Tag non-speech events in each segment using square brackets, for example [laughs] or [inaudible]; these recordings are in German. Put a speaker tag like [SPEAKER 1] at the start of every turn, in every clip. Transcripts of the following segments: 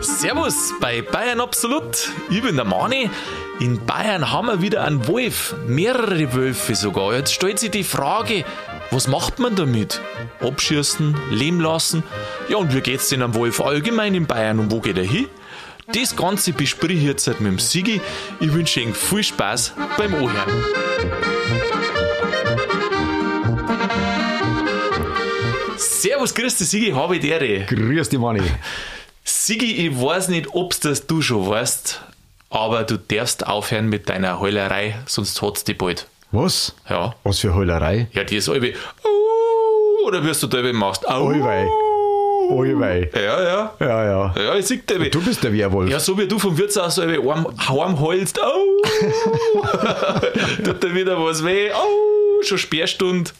[SPEAKER 1] Servus bei Bayern Absolut. Ich bin der Mani. In Bayern haben wir wieder einen Wolf. Mehrere Wölfe sogar. Jetzt stellt sich die Frage, was macht man damit? Abschießen, leben lassen? Ja, und wie geht's denn am Wolf allgemein in Bayern und wo geht er hin? Das Ganze bespreche ich jetzt mit dem Sigi. Ich wünsche Ihnen viel Spaß beim Anhören. Servus, grüß dich, Sigi, habe ich die Ehre.
[SPEAKER 2] Grüß dich, Manni.
[SPEAKER 1] Sigi, ich weiß nicht, ob's das du schon weißt, aber du darfst aufhören mit deiner Heulerei, sonst hat's dich bald.
[SPEAKER 2] Was?
[SPEAKER 1] Ja.
[SPEAKER 2] Was für Heulerei?
[SPEAKER 1] Ja, die ist halbe. "Au", Oder wirst du da eben machst? Au.
[SPEAKER 2] Oi wei. Oi wei.
[SPEAKER 1] Ja, ja.
[SPEAKER 2] Ja, ja.
[SPEAKER 1] Ja, ich sieg da eben.
[SPEAKER 2] Du bist der Werwolf.
[SPEAKER 1] Ja, so wie du vom Wirtshaus so eben arm, arm heulst.
[SPEAKER 2] [laughs]
[SPEAKER 1] Au. Tut dir wieder was weh. Au. Schon Sperrstunde.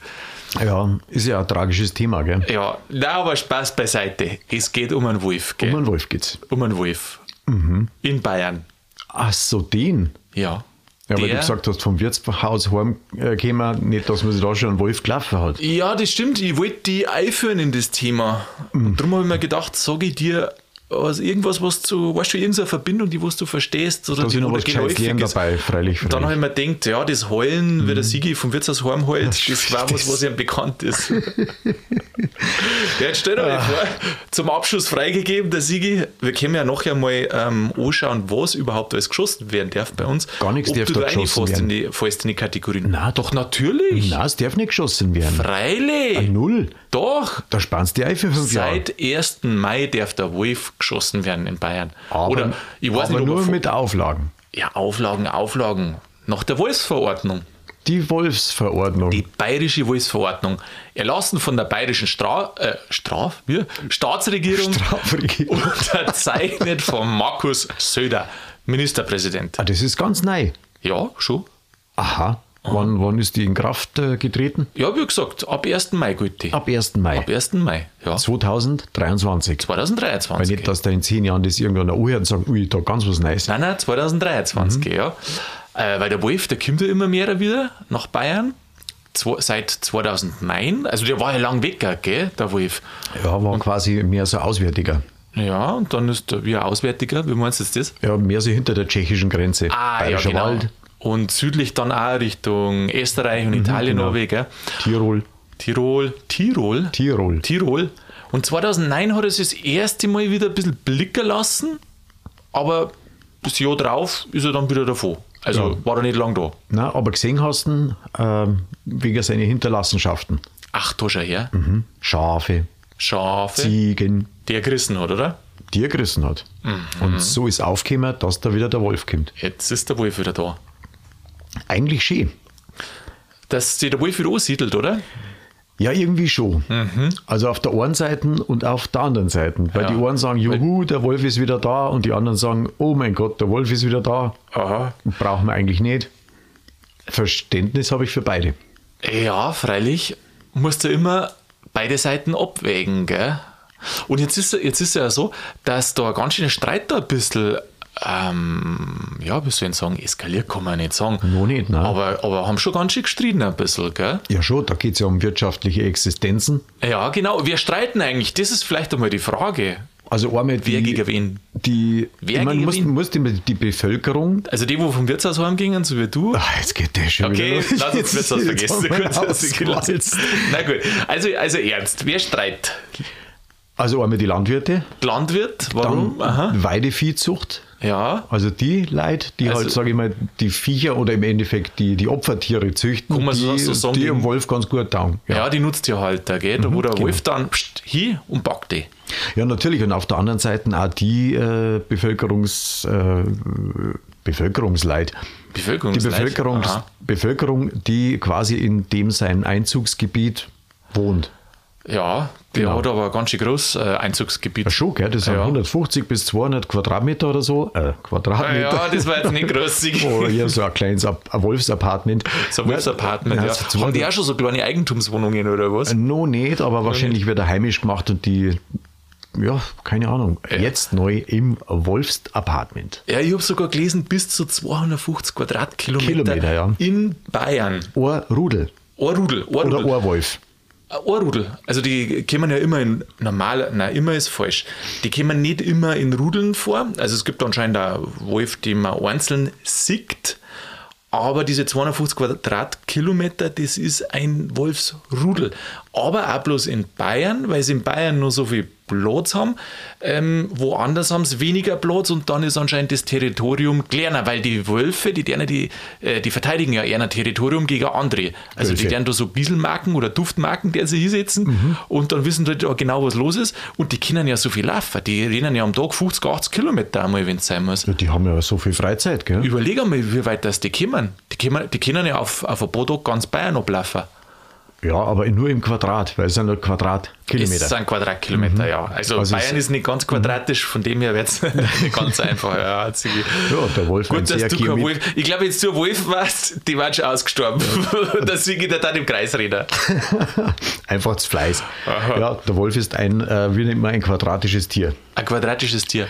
[SPEAKER 2] Ja, ist ja ein tragisches Thema, gell?
[SPEAKER 1] Ja, na, aber Spaß beiseite. Es geht um einen Wolf, gell?
[SPEAKER 2] Um einen Wolf geht's.
[SPEAKER 1] Um einen Wolf. In Bayern.
[SPEAKER 2] Ach so, den.
[SPEAKER 1] Ja.
[SPEAKER 2] Ja, weil
[SPEAKER 1] Der-
[SPEAKER 2] du gesagt hast, vom Wirtshaus heimgekommen, nicht, dass man sich da schon einen Wolf gelaufen hat.
[SPEAKER 1] Ja, das stimmt. Ich wollte die einführen in das Thema.
[SPEAKER 2] Mhm.
[SPEAKER 1] Und darum habe ich mir gedacht, sage ich dir was, irgendwas, was du, weißt du, irgendeine Verbindung, die was du verstehst oder
[SPEAKER 2] Da
[SPEAKER 1] die
[SPEAKER 2] sind noch
[SPEAKER 1] oder
[SPEAKER 2] was Gescheites
[SPEAKER 1] geläufig
[SPEAKER 2] lernen
[SPEAKER 1] ist.
[SPEAKER 2] dabei, freilich,
[SPEAKER 1] Dann habe
[SPEAKER 2] freilich. Mhm.
[SPEAKER 1] ich mir gedacht, ja, das Heulen, wie der Sigi vom Wirtshaus heimheult, das,
[SPEAKER 2] stimmt,
[SPEAKER 1] war was,
[SPEAKER 2] das-
[SPEAKER 1] was ihm bekannt
[SPEAKER 2] [laughs]
[SPEAKER 1] ist. ja, jetzt stell dir
[SPEAKER 2] Ah.
[SPEAKER 1] mal vor, zum Abschluss freigegeben, der Sigi, wir können ja nachher mal ähm, anschauen, was überhaupt alles geschossen werden darf bei uns.
[SPEAKER 2] Gar nichts
[SPEAKER 1] Ob
[SPEAKER 2] darf
[SPEAKER 1] du
[SPEAKER 2] da
[SPEAKER 1] da
[SPEAKER 2] geschossen
[SPEAKER 1] reinfällst in, die- fällst in die Kategorien. Na, doch natürlich.
[SPEAKER 2] Nein, es darf nicht geschossen werden.
[SPEAKER 1] Freilich.
[SPEAKER 2] Null.
[SPEAKER 1] Doch.
[SPEAKER 2] Da spannst du die Eife fürs Jahr.
[SPEAKER 1] Seit 1. Mai darf der Wolf geschossen werden in Bayern.
[SPEAKER 2] Aber,
[SPEAKER 1] Oder ich weiß nicht,
[SPEAKER 2] aber
[SPEAKER 1] ob
[SPEAKER 2] nur
[SPEAKER 1] er mit
[SPEAKER 2] mit Auflagen.
[SPEAKER 1] ja, Auflagen, Auflagen. Nach der Wolfsverordnung.
[SPEAKER 2] Die Wolfsverordnung. [laughs]
[SPEAKER 1] Die bayerische Wolfsverordnung. Erlassen von der bayerischen Stra äh, Straf wie? Staatsregierung. [laughs]
[SPEAKER 2] Strafregierung.
[SPEAKER 1] unterzeichnet von Markus Söder, Ministerpräsident.
[SPEAKER 2] Ah, das ist ganz neu.
[SPEAKER 1] Ja, schon. Ah.
[SPEAKER 2] Aha. Wann, wann ist die in Kraft äh, getreten?
[SPEAKER 1] Ja, wie gesagt, ab 1. Mai gilt die. Ab
[SPEAKER 2] Ab 1. Mai
[SPEAKER 1] 1. Mai, ja.
[SPEAKER 2] 2023. Weil
[SPEAKER 1] 2023.
[SPEAKER 2] nicht, dass da in zehn Jahren das irgendwann anhört und sagt, ui, da ganz was Neues.
[SPEAKER 1] Nein, nein, 2023, ja. Äh, weil der Wolf, der kommt ja immer mehr wieder nach Bayern. Zwo- seit 2009. Also der war ja lang weg, gell, der Wolf.
[SPEAKER 2] Ja, war quasi mehr so Auswärtiger.
[SPEAKER 1] Ja, und dann ist er wieder Auswärtiger. Wie meinst du jetzt das?
[SPEAKER 2] Ja, mehr so hinter der tschechischen Grenze. Bayerischer Wald,
[SPEAKER 1] Und südlich dann auch Richtung Österreich und Italien
[SPEAKER 2] genau.
[SPEAKER 1] noch weg, gell?
[SPEAKER 2] Tirol.
[SPEAKER 1] Tirol, Tirol,
[SPEAKER 2] Tirol.
[SPEAKER 1] Tirol. Und 2009 hat er es das erste Mal wieder ein bisschen blicken lassen, aber das Jahr drauf ist er dann wieder davon. Also war er nicht lang da.
[SPEAKER 2] Na, aber gesehen hast du ihn, ähm, wegen seiner Hinterlassenschaften.
[SPEAKER 1] Acht Tascher her,
[SPEAKER 2] Hm? Schafe,
[SPEAKER 1] Schafe,
[SPEAKER 2] Ziegen,
[SPEAKER 1] der gerissen hat, oder?
[SPEAKER 2] Tier gerissen hat. Und so ist aufgekommen, dass da wieder der Wolf kommt.
[SPEAKER 1] Jetzt ist der Wolf wieder da.
[SPEAKER 2] Eigentlich schön.
[SPEAKER 1] Dass sich der Wolf wieder ansiedelt, oder?
[SPEAKER 2] Ja, irgendwie schon. Also auf der einen Seite und auf der anderen Seite. Weil
[SPEAKER 1] Mhm. Ja.
[SPEAKER 2] die einen sagen, juhu, der Wolf ist wieder da. Und die anderen sagen, oh mein Gott, der Wolf ist wieder da.
[SPEAKER 1] Aha.
[SPEAKER 2] Brauchen wir eigentlich nicht. Verständnis habe ich für beide.
[SPEAKER 1] Ja, freilich musst du immer beide Seiten abwägen, gell? Und jetzt ist, jetzt ist ja so, dass da ein ganz schöner Streit da ein bisschen, ähm, ja, wie soll ich sagen, eskaliert kann man nicht sagen.
[SPEAKER 2] Noch nicht, ne? nein.
[SPEAKER 1] Aber, aber haben schon ganz schön gestritten ein bisschen, gell?
[SPEAKER 2] Ja schon, da geht es ja um wirtschaftliche Existenzen.
[SPEAKER 1] Ja, genau. Wir streiten eigentlich. Das ist vielleicht einmal die Frage.
[SPEAKER 2] Also einmal
[SPEAKER 1] Wer
[SPEAKER 2] die,
[SPEAKER 1] gegen wen?
[SPEAKER 2] die
[SPEAKER 1] Wer
[SPEAKER 2] ich meine,
[SPEAKER 1] gegen
[SPEAKER 2] muss,
[SPEAKER 1] wen?
[SPEAKER 2] muss die, die Bevölkerung...
[SPEAKER 1] Also die, wo vom Wirtshaus heimgingen, so wie du.
[SPEAKER 2] Ah, jetzt geht der schon
[SPEAKER 1] Okay,
[SPEAKER 2] wieder
[SPEAKER 1] lass uns
[SPEAKER 2] los. Jetzt-
[SPEAKER 1] Wirtshaus
[SPEAKER 2] jetzt
[SPEAKER 1] vergessen. [laughs]
[SPEAKER 2] haben wir ihn
[SPEAKER 1] Gut, dass ich
[SPEAKER 2] ausgewalzt.
[SPEAKER 1] gelassen- Na gut. Also, also ernst. Wer streitet?
[SPEAKER 2] Also einmal die Landwirte,
[SPEAKER 1] Landwirt?
[SPEAKER 2] dann
[SPEAKER 1] Warum? Mhm, Aha.
[SPEAKER 2] Weideviehzucht.
[SPEAKER 1] Ja.
[SPEAKER 2] Also die Leute, die
[SPEAKER 1] Also-
[SPEAKER 2] halt, sage ich mal, die Viecher oder im Endeffekt die, die Opfertiere züchten,
[SPEAKER 1] Kann man so-
[SPEAKER 2] die,
[SPEAKER 1] so sagen,
[SPEAKER 2] die
[SPEAKER 1] die-
[SPEAKER 2] im Wolf ganz gut taugen.
[SPEAKER 1] Ja, die Nutztierhalter, gell?
[SPEAKER 2] Mhm,
[SPEAKER 1] Da wo der
[SPEAKER 2] genau.
[SPEAKER 1] Wolf dann pst, hin und packt die.
[SPEAKER 2] Ja, natürlich. Und auf der anderen Seite auch die äh, Bevölkerungs, äh, Bevölkerungsleid.
[SPEAKER 1] Bevölkerung.
[SPEAKER 2] Die Bevölkerung, Bevölkerung, die quasi in dem seinem Einzugsgebiet wohnt.
[SPEAKER 1] Ja, der
[SPEAKER 2] Genau.
[SPEAKER 1] hat aber ein ganz schön großes äh, Einzugsgebiet.
[SPEAKER 2] Ja, schon, gell? Das sind
[SPEAKER 1] Ja.
[SPEAKER 2] 150 bis 200 Quadratmeter oder so. Äh,
[SPEAKER 1] Ah,
[SPEAKER 2] Quadratmeter.
[SPEAKER 1] ja,
[SPEAKER 2] [laughs]
[SPEAKER 1] das war jetzt nicht großzig.
[SPEAKER 2] Oder hier so ein kleines Ap- ein Wolfsapartment. also
[SPEAKER 1] So ein Wolfsapartment. Ja,
[SPEAKER 2] so
[SPEAKER 1] Haben
[SPEAKER 2] 200
[SPEAKER 1] die auch schon so kleine Eigentumswohnungen oder was?
[SPEAKER 2] No, Äh, nicht, aber wahrscheinlich wird er heimisch gemacht und die, ja, keine Ahnung, jetzt neu im Wolfst-Apartment.
[SPEAKER 1] Ja, ich habe sogar gelesen, bis zu 250 Quadratkilometer
[SPEAKER 2] Kilometer, ja.
[SPEAKER 1] in Bayern.
[SPEAKER 2] Ohrrudel
[SPEAKER 1] Ohrrudel. Ohrrudel.
[SPEAKER 2] oder Ohrwolf.
[SPEAKER 1] ein Ohrrudel. Also die kämen ja immer in normal, na immer ist falsch. Die kämen nicht immer in Rudeln vor. Also es gibt anscheinend da Wolf, die man einzeln sieht. Aber diese 250 Quadratkilometer, das ist ein Wolfsrudel. Aber auch bloß in Bayern, weil sie in Bayern nur so viel Platz haben. Ähm, woanders haben sie weniger Platz und dann ist anscheinend das Territorium kleiner, weil die Wölfe, die, deren, die, äh, die verteidigen ja eher ein Territorium gegen andere. Also die
[SPEAKER 2] Wölfe.
[SPEAKER 1] werden da so Bieselmarken oder Duftmarken, der sie hinsetzen
[SPEAKER 2] Mhm.
[SPEAKER 1] und dann wissen die da genau, was los ist. Und die können ja so viel laufen. Die rennen ja am Tag 50, 80 Kilometer einmal, wenn es sein muss.
[SPEAKER 2] Ja, die haben ja so viel Freizeit, gell?
[SPEAKER 1] Überleg einmal, wie weit das die kommen. Die können, die können ja auf, auf ein Bodo ganz Bayern ablaufen.
[SPEAKER 2] Ja, aber nur im Quadrat, weil es sind nur Quadratkilometer.
[SPEAKER 1] Es sind Quadratkilometer, ja. Also,
[SPEAKER 2] Also
[SPEAKER 1] Bayern
[SPEAKER 2] es-
[SPEAKER 1] ist nicht ganz quadratisch, von dem her wird es [laughs] ganz einfach. Ja, Ziggy.
[SPEAKER 2] Ja, der Wolf ein
[SPEAKER 1] Gut, dass
[SPEAKER 2] sehr
[SPEAKER 1] du kein
[SPEAKER 2] geomet-
[SPEAKER 1] Wolf. Ich glaube, jetzt du ein Wolf warst, die waren schon ausgestorben. [laughs] Deswegen geht er dann im Kreisräder.
[SPEAKER 2] [laughs] Einfach das Fleiß.
[SPEAKER 1] Aha.
[SPEAKER 2] Ja, der Wolf ist ein, äh, wie nennt man, ein quadratisches Tier.
[SPEAKER 1] Ein quadratisches Tier.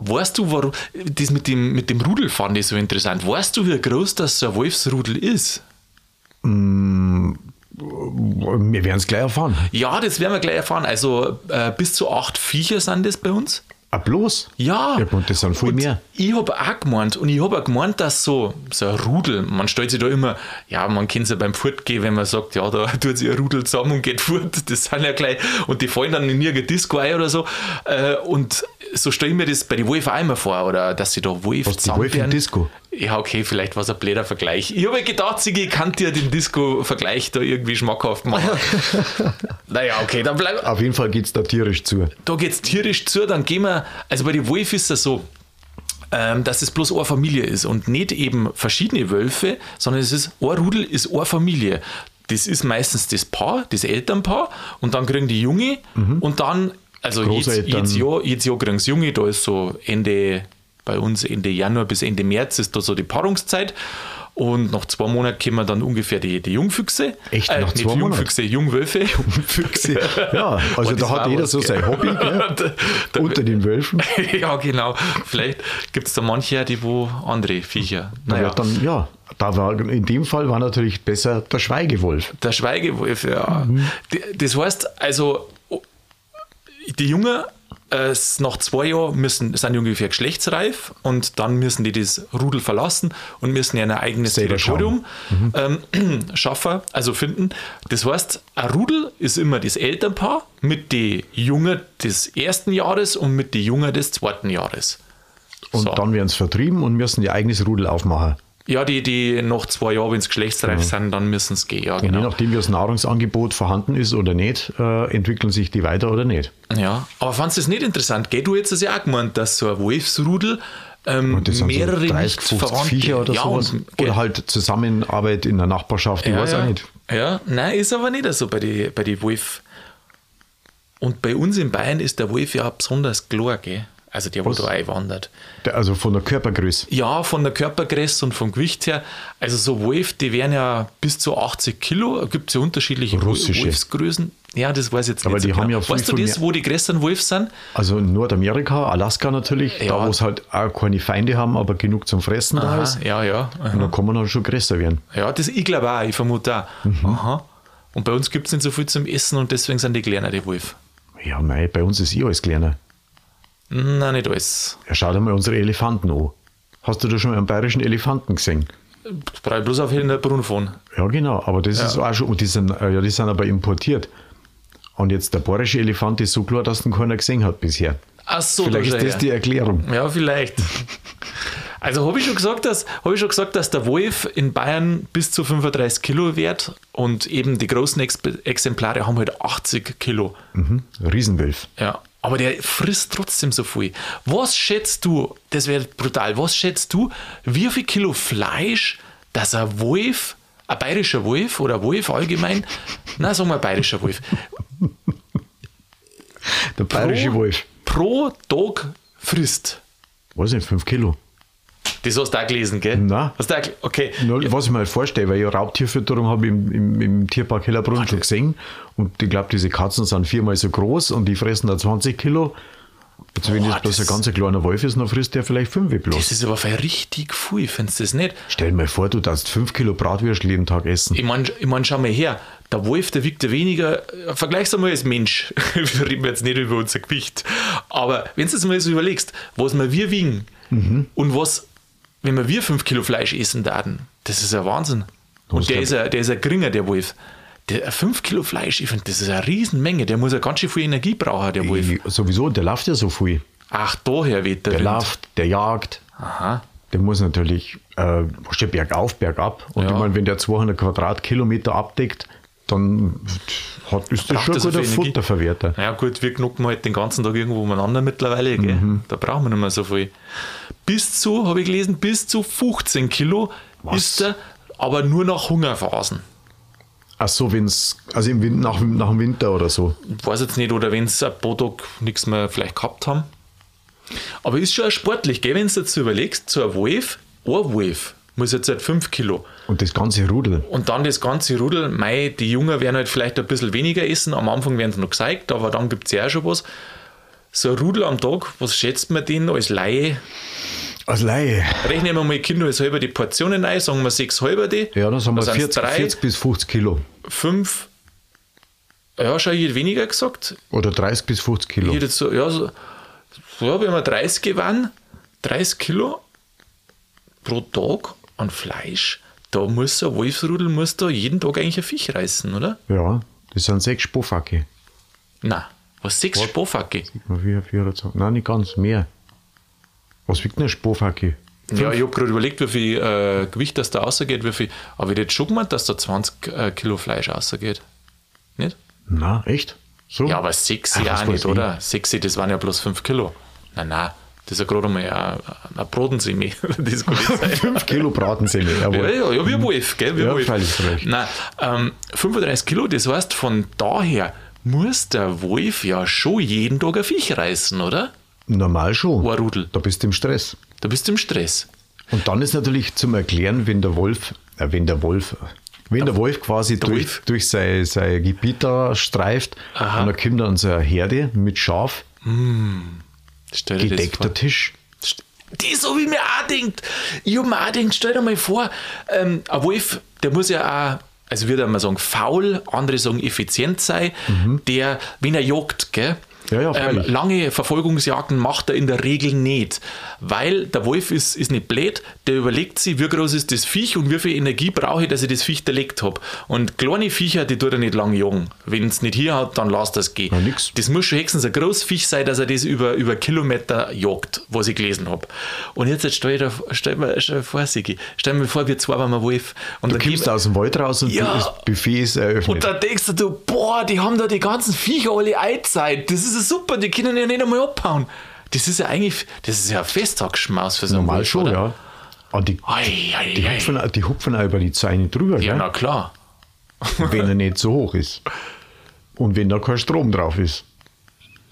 [SPEAKER 1] Weißt du, warum das mit dem, mit dem Rudel fand ich so interessant? Weißt du, wie groß das so ein Wolfsrudel ist?
[SPEAKER 2] Wir werden es gleich erfahren.
[SPEAKER 1] Ja, das werden wir gleich erfahren. Also äh, bis zu acht Viecher sind das bei uns.
[SPEAKER 2] Ah, bloß?
[SPEAKER 1] Ja.
[SPEAKER 2] Ja, und das sind viel
[SPEAKER 1] Und
[SPEAKER 2] mehr.
[SPEAKER 1] Ich habe auch gemeint, und ich habe auch gemeint, dass so, so ein Rudel, man stellt sich da immer, ja, man kennt es ja beim Fortgehen, wenn man sagt, ja, da [laughs] tut sich ein Rudel zusammen und geht fort, [laughs] das sind ja gleich, und die fallen dann in irgendeine Disco ein oder so. Äh, Und so stelle ich mir das bei den Wolf auch immer vor, oder dass sie da Wolf
[SPEAKER 2] die Wolf im
[SPEAKER 1] zusammenbeeren.
[SPEAKER 2] Disco?
[SPEAKER 1] Ja, okay, vielleicht war es ein blöder Vergleich. Ich habe gedacht, Sigi, ich kann dir den Disco-Vergleich da irgendwie schmackhaft
[SPEAKER 2] [laughs]
[SPEAKER 1] machen. naja, okay, dann bleib,
[SPEAKER 2] Auf jeden Fall geht es da tierisch zu.
[SPEAKER 1] da geht es tierisch zu, dann gehen wir, also bei den Wolf ist das so, ähm, dass es bloß eine Familie ist und nicht eben verschiedene Wölfe, sondern es ist, ein Rudel ist eine Familie. Das ist meistens das Paar, das Elternpaar und dann kriegen die Junge und dann, also jetzt,
[SPEAKER 2] Mhm. Großeltern.
[SPEAKER 1] jetzt, Jahr, jetzt Jahr kriegen sie Junge, da ist so Ende, bei uns Ende Januar bis Ende März ist da so die Paarungszeit und nach zwei Monaten kommen dann ungefähr die, die Jungfüchse. Äh,
[SPEAKER 2] Echt? Nach
[SPEAKER 1] nicht
[SPEAKER 2] zwei Monaten?
[SPEAKER 1] Jungfüchse, Jungwölfe.
[SPEAKER 2] [laughs]
[SPEAKER 1] [laughs]
[SPEAKER 2] Füchse. Ja,
[SPEAKER 1] Boah,
[SPEAKER 2] also
[SPEAKER 1] das
[SPEAKER 2] da
[SPEAKER 1] war
[SPEAKER 2] hat jeder
[SPEAKER 1] was,
[SPEAKER 2] so
[SPEAKER 1] gell? [laughs]
[SPEAKER 2] sein Hobby, gell?
[SPEAKER 1] Da- da-
[SPEAKER 2] Unter den Wölfen.
[SPEAKER 1] ja, genau. Vielleicht gibt es da manche, die wo andere Viecher.
[SPEAKER 2] Naja.
[SPEAKER 1] Naja,
[SPEAKER 2] dann, ja, da war, in dem Fall war natürlich besser der Schweigewolf.
[SPEAKER 1] der Schweigewolf, ja. D- Das heißt, also o- die Jungen äh, nach zwei Jahren müssen, sind die ungefähr geschlechtsreif und dann müssen die das Rudel verlassen und müssen ihr ein eigenes
[SPEAKER 2] Selber
[SPEAKER 1] Territorium ähm, [clears throat] schaffen, also finden. Das heißt, ein Rudel ist immer das Elternpaar mit den Jungen des ersten Jahres und mit den Jungen des zweiten Jahres.
[SPEAKER 2] Und
[SPEAKER 1] So.
[SPEAKER 2] dann werden sie vertrieben und müssen ihr eigenes Rudel aufmachen.
[SPEAKER 1] Ja, die, die noch zwei Jahre, wenn sie geschlechtsreif sind, dann müssen sie gehen. Ja,
[SPEAKER 2] Und je
[SPEAKER 1] genau.
[SPEAKER 2] nachdem, wie das Nahrungsangebot vorhanden ist oder nicht, äh, entwickeln sich die weiter oder nicht.
[SPEAKER 1] Ja. Aber fandest du das nicht interessant? Geh, du jetzt hast ja auch gemeint, dass so ein Wolfsrudel ähm,
[SPEAKER 2] Und das sind
[SPEAKER 1] mehrere
[SPEAKER 2] so 30,
[SPEAKER 1] nicht
[SPEAKER 2] 50
[SPEAKER 1] verwandte
[SPEAKER 2] Viecher oder
[SPEAKER 1] ja,
[SPEAKER 2] sowas.
[SPEAKER 1] Und,
[SPEAKER 2] oder halt Zusammenarbeit in der Nachbarschaft, ich
[SPEAKER 1] ja,
[SPEAKER 2] weiß
[SPEAKER 1] ja.
[SPEAKER 2] auch nicht.
[SPEAKER 1] Ja, nein, ist aber nicht so bei den bei die Wolf. Und bei uns in Bayern ist der Wolf ja besonders klar, gell? Also der, wo da einwandert.
[SPEAKER 2] Der- Also von der Körpergröße.
[SPEAKER 1] Ja, von der Körpergröße und vom Gewicht her. Also so Wolf, die wären ja bis zu 80 Kilo. Gibt es ja unterschiedliche Wo-
[SPEAKER 2] Russische.
[SPEAKER 1] Wolfsgrößen. Ja, das weiß ich jetzt
[SPEAKER 2] Aber
[SPEAKER 1] nicht. genau.
[SPEAKER 2] die haben ja viel,
[SPEAKER 1] weißt du
[SPEAKER 2] viel
[SPEAKER 1] das,
[SPEAKER 2] mehr-
[SPEAKER 1] wo die größten Wolf sind?
[SPEAKER 2] Also in Nordamerika, Alaska natürlich,
[SPEAKER 1] Ja.
[SPEAKER 2] da wo es halt auch keine Feinde haben, aber genug zum Fressen da ist.
[SPEAKER 1] Ah, ja, ja.
[SPEAKER 2] Und dann kann man dann schon größer werden.
[SPEAKER 1] Ja, das ich glaube auch, ich vermute auch.
[SPEAKER 2] Mhm.
[SPEAKER 1] Aha. Und bei uns gibt es nicht so viel zum Essen und deswegen sind die kleiner, die Wolf.
[SPEAKER 2] Ja, mei, bei uns ist eh alles kleiner.
[SPEAKER 1] Nein, nicht alles.
[SPEAKER 2] Ja, schau dir mal unsere Elefanten an. Hast du da schon mal einen bayerischen Elefanten gesehen?
[SPEAKER 1] Das brauche ich bloß auf Hinterbrunn fahren.
[SPEAKER 2] Ja, genau, aber das ist auch schon, und die sind, äh, ja, die sind aber importiert. Und jetzt der bayerische Elefant ist so klar, dass ihn keiner gesehen hat bisher.
[SPEAKER 1] Ach so,
[SPEAKER 2] Vielleicht
[SPEAKER 1] da
[SPEAKER 2] ist
[SPEAKER 1] schau
[SPEAKER 2] das
[SPEAKER 1] her.
[SPEAKER 2] die Erklärung.
[SPEAKER 1] Ja,
[SPEAKER 2] [laughs]
[SPEAKER 1] vielleicht. Also habe ich, schon gesagt, dass, hab ich schon gesagt, dass der Wolf in Bayern bis zu 35 Kilo wert und eben die großen Exp Exemplare haben halt 80 Kilo.
[SPEAKER 2] Mhm. Riesenwölf.
[SPEAKER 1] Ja. Aber der frisst trotzdem so viel. Was schätzt du, das wäre brutal, was schätzt du, wie viel Kilo Fleisch, dass ein Wolf, ein bayerischer Wolf oder Wolf allgemein, [laughs] na sagen wir bayerischer Wolf,
[SPEAKER 2] Der bayerische Wolf.
[SPEAKER 1] pro Tag frisst?
[SPEAKER 2] Weiß nicht, 5 Kilo.
[SPEAKER 1] Das hast du auch gelesen, gell?
[SPEAKER 2] Nein.
[SPEAKER 1] Hast du auch, gel- okay.
[SPEAKER 2] Nur, Was ich mir halt vorstelle, weil ich Raubtierfütterung habe im, im, im Tierpark Hellerbrunn schon gesehen. Und ich glaube, diese Katzen sind viermal so groß und die fressen da 20 Kilo. Jetzt, wenn
[SPEAKER 1] Boah,
[SPEAKER 2] das bloß
[SPEAKER 1] das-
[SPEAKER 2] ein ganz kleiner Wolf ist, dann frisst der vielleicht 5 bloß.
[SPEAKER 1] Das ist aber voll richtig viel, findest du das nicht?
[SPEAKER 2] Stell dir mal vor, du darfst 5 Kilo Bratwürst jeden Tag essen.
[SPEAKER 1] Ich meine, ich mein, schau mal her, Der Wolf, der wiegt ja weniger. äh, Vergleich's einmal als Mensch. [laughs] wir reden jetzt nicht über unser Gewicht. Aber wenn du es mal so überlegst, was wir, wir wiegen
[SPEAKER 2] Mhm.
[SPEAKER 1] und was, wenn wir, wir 5 Kilo Fleisch essen würden, das ist ja Wahnsinn.
[SPEAKER 2] Das
[SPEAKER 1] Und der
[SPEAKER 2] glaub
[SPEAKER 1] ist, ein, der ist ein geringer, der Wolf. Der 5 Kilo Fleisch, ich finde, das ist eine Riesenmenge. Der muss ja ganz schön viel Energie brauchen, der Wolf.
[SPEAKER 2] Ich- Sowieso, der läuft ja so viel.
[SPEAKER 1] Ach, daher weht der,
[SPEAKER 2] Der
[SPEAKER 1] Wind.
[SPEAKER 2] läuft, der jagt.
[SPEAKER 1] Aha.
[SPEAKER 2] Der muss natürlich, äh, was steht bergauf, bergab. Und
[SPEAKER 1] Ja.
[SPEAKER 2] ich meine, wenn der 200 Quadratkilometer abdeckt, dann hat, ist das
[SPEAKER 1] Braucht
[SPEAKER 2] schon ein
[SPEAKER 1] das so
[SPEAKER 2] guter
[SPEAKER 1] viel Energie?
[SPEAKER 2] Futterverwerter.
[SPEAKER 1] Ja gut, wir knucken halt den ganzen Tag irgendwo umeinander mittlerweile, gell? Da brauchen wir nicht mehr so viel. Bis zu, habe ich gelesen, bis zu 15 Kilo
[SPEAKER 2] Was?
[SPEAKER 1] ist er, aber nur nach Hungerphasen.
[SPEAKER 2] Ach so, wenn's, also im Wind, nach, nach dem Winter oder so.
[SPEAKER 1] Ich weiß jetzt nicht, oder wenn es ein paar Tage nichts mehr vielleicht gehabt haben. Aber ist schon auch sportlich, gell? Wenn du jetzt so überlegst, so ein Wolf, ein Wolf muss jetzt halt 5 Kilo.
[SPEAKER 2] Und das ganze Rudel.
[SPEAKER 1] Und dann das ganze Rudel, mei, die Jungen werden halt vielleicht ein bisschen weniger essen. Am Anfang werden sie noch gezeigt, aber dann gibt es ja auch schon was. So ein Rudel am Tag, was schätzt man den als Laie?
[SPEAKER 2] Als Laie.
[SPEAKER 1] Rechnen wir mal Kinder als halber die Portionen ein, sagen wir sechs halber die.
[SPEAKER 2] Ja, dann haben wir
[SPEAKER 1] sind's
[SPEAKER 2] 40,
[SPEAKER 1] drei,
[SPEAKER 2] 40 bis 50 Kilo.
[SPEAKER 1] fünf. Ja, schon ich hätte weniger gesagt.
[SPEAKER 2] Oder 30 bis 50 Kilo.
[SPEAKER 1] Ich hätte jetzt so, ja, so, so, wenn wir 30 gewann, 30 Kilo pro Tag an Fleisch, da muss ein Wolfsrudel muss da jeden Tag eigentlich ein Fisch reißen, oder?
[SPEAKER 2] Ja, das sind sechs Spofacke.
[SPEAKER 1] Na, was sechs Spofacke?
[SPEAKER 2] Vier, vier, oder so. Nein, nicht ganz, mehr. Was wiegt denn eine Spofacke?
[SPEAKER 1] Ja, ich habe gerade überlegt, wie viel äh, Gewicht das da rausgeht, wie viel. Aber ich hätte schon gemeint, dass da 20 äh, Kilo Fleisch rausgeht. Nicht?
[SPEAKER 2] Na, echt? So?
[SPEAKER 1] Ja, aber sechs
[SPEAKER 2] Ach,
[SPEAKER 1] ja
[SPEAKER 2] was
[SPEAKER 1] auch
[SPEAKER 2] weiß
[SPEAKER 1] nicht,
[SPEAKER 2] ich.
[SPEAKER 1] oder? Sechs, das waren ja bloß fünf Kilo. Nein, nein, das ist ja gerade mal ein, ein [laughs] Brotensemi. das kann nicht sein.
[SPEAKER 2] 5 Kilo Bratensemmel,
[SPEAKER 1] Ja,
[SPEAKER 2] jawohl.
[SPEAKER 1] ja, ja, wie ein Wolf, gell? Wie ein
[SPEAKER 2] Ja,
[SPEAKER 1] Wolf.
[SPEAKER 2] freilich, freilich.
[SPEAKER 1] Nein, ähm, 35 Kilo, das heißt, von daher muss der Wolf ja schon jeden Tag ein Viech reißen, oder?
[SPEAKER 2] Normal schon.
[SPEAKER 1] Ein Rudel.
[SPEAKER 2] Da bist du im Stress.
[SPEAKER 1] Da bist du im Stress.
[SPEAKER 2] Und dann ist natürlich zum Erklären, wenn der Wolf, äh, wenn der Wolf, wenn der Wolf quasi durch,
[SPEAKER 1] Wolf.
[SPEAKER 2] durch sein, sein Gebiet da streift und dann kommt dann so eine Herde mit Schaf,
[SPEAKER 1] Stell dir das vor.
[SPEAKER 2] gedeckter Tisch.
[SPEAKER 1] Das habe ich mir auch gedacht. Ich habe mir auch gedacht, stell dir mal vor, ähm, ein Wolf, der muss ja auch, also würde man sagen, faul, andere sagen effizient sein, der, wenn er jagt, gell?
[SPEAKER 2] Mhm. Ja, ja,
[SPEAKER 1] ähm,
[SPEAKER 2] freilich.
[SPEAKER 1] lange Verfolgungsjagden macht er in der Regel nicht, weil der Wolf ist, ist nicht blöd, der überlegt sich, wie groß ist das Viech und wie viel Energie brauche ich, dass ich das Viech erlegt habe. Und kleine Viecher, die tut er nicht lang jagen. Wenn es nicht hier hat, dann lasst das gehen.
[SPEAKER 2] Ja, nix.
[SPEAKER 1] Das muss schon höchstens ein großes Fisch sein, dass er das über, über Kilometer jagt, was ich gelesen habe. Und jetzt, jetzt stell, dir, stell, mir, stell mir vor, Sigi, stell mir vor, wir zwei waren ein Wolf. Und
[SPEAKER 2] Du
[SPEAKER 1] dann
[SPEAKER 2] kommst
[SPEAKER 1] gehen-
[SPEAKER 2] aus dem Wald raus und
[SPEAKER 1] Ja.
[SPEAKER 2] das Buffet ist eröffnet.
[SPEAKER 1] und dann denkst du, boah, die haben da die ganzen Viecher alle einzeit. Das ist ja super, die können ja nicht einmal abhauen. Das ist ja eigentlich, das ist ja ein Festtagsschmaus für so einen
[SPEAKER 2] Normal
[SPEAKER 1] Wolf,
[SPEAKER 2] schon,
[SPEAKER 1] oder?
[SPEAKER 2] ja. Und die,
[SPEAKER 1] Ei, ei,
[SPEAKER 2] die,
[SPEAKER 1] ei.
[SPEAKER 2] hupfen, auch- die hupfen auch über die Zeine drüber,
[SPEAKER 1] Ja, na
[SPEAKER 2] gell?
[SPEAKER 1] klar.
[SPEAKER 2] [laughs] wenn er nicht so hoch ist. Und wenn da kein Strom drauf ist.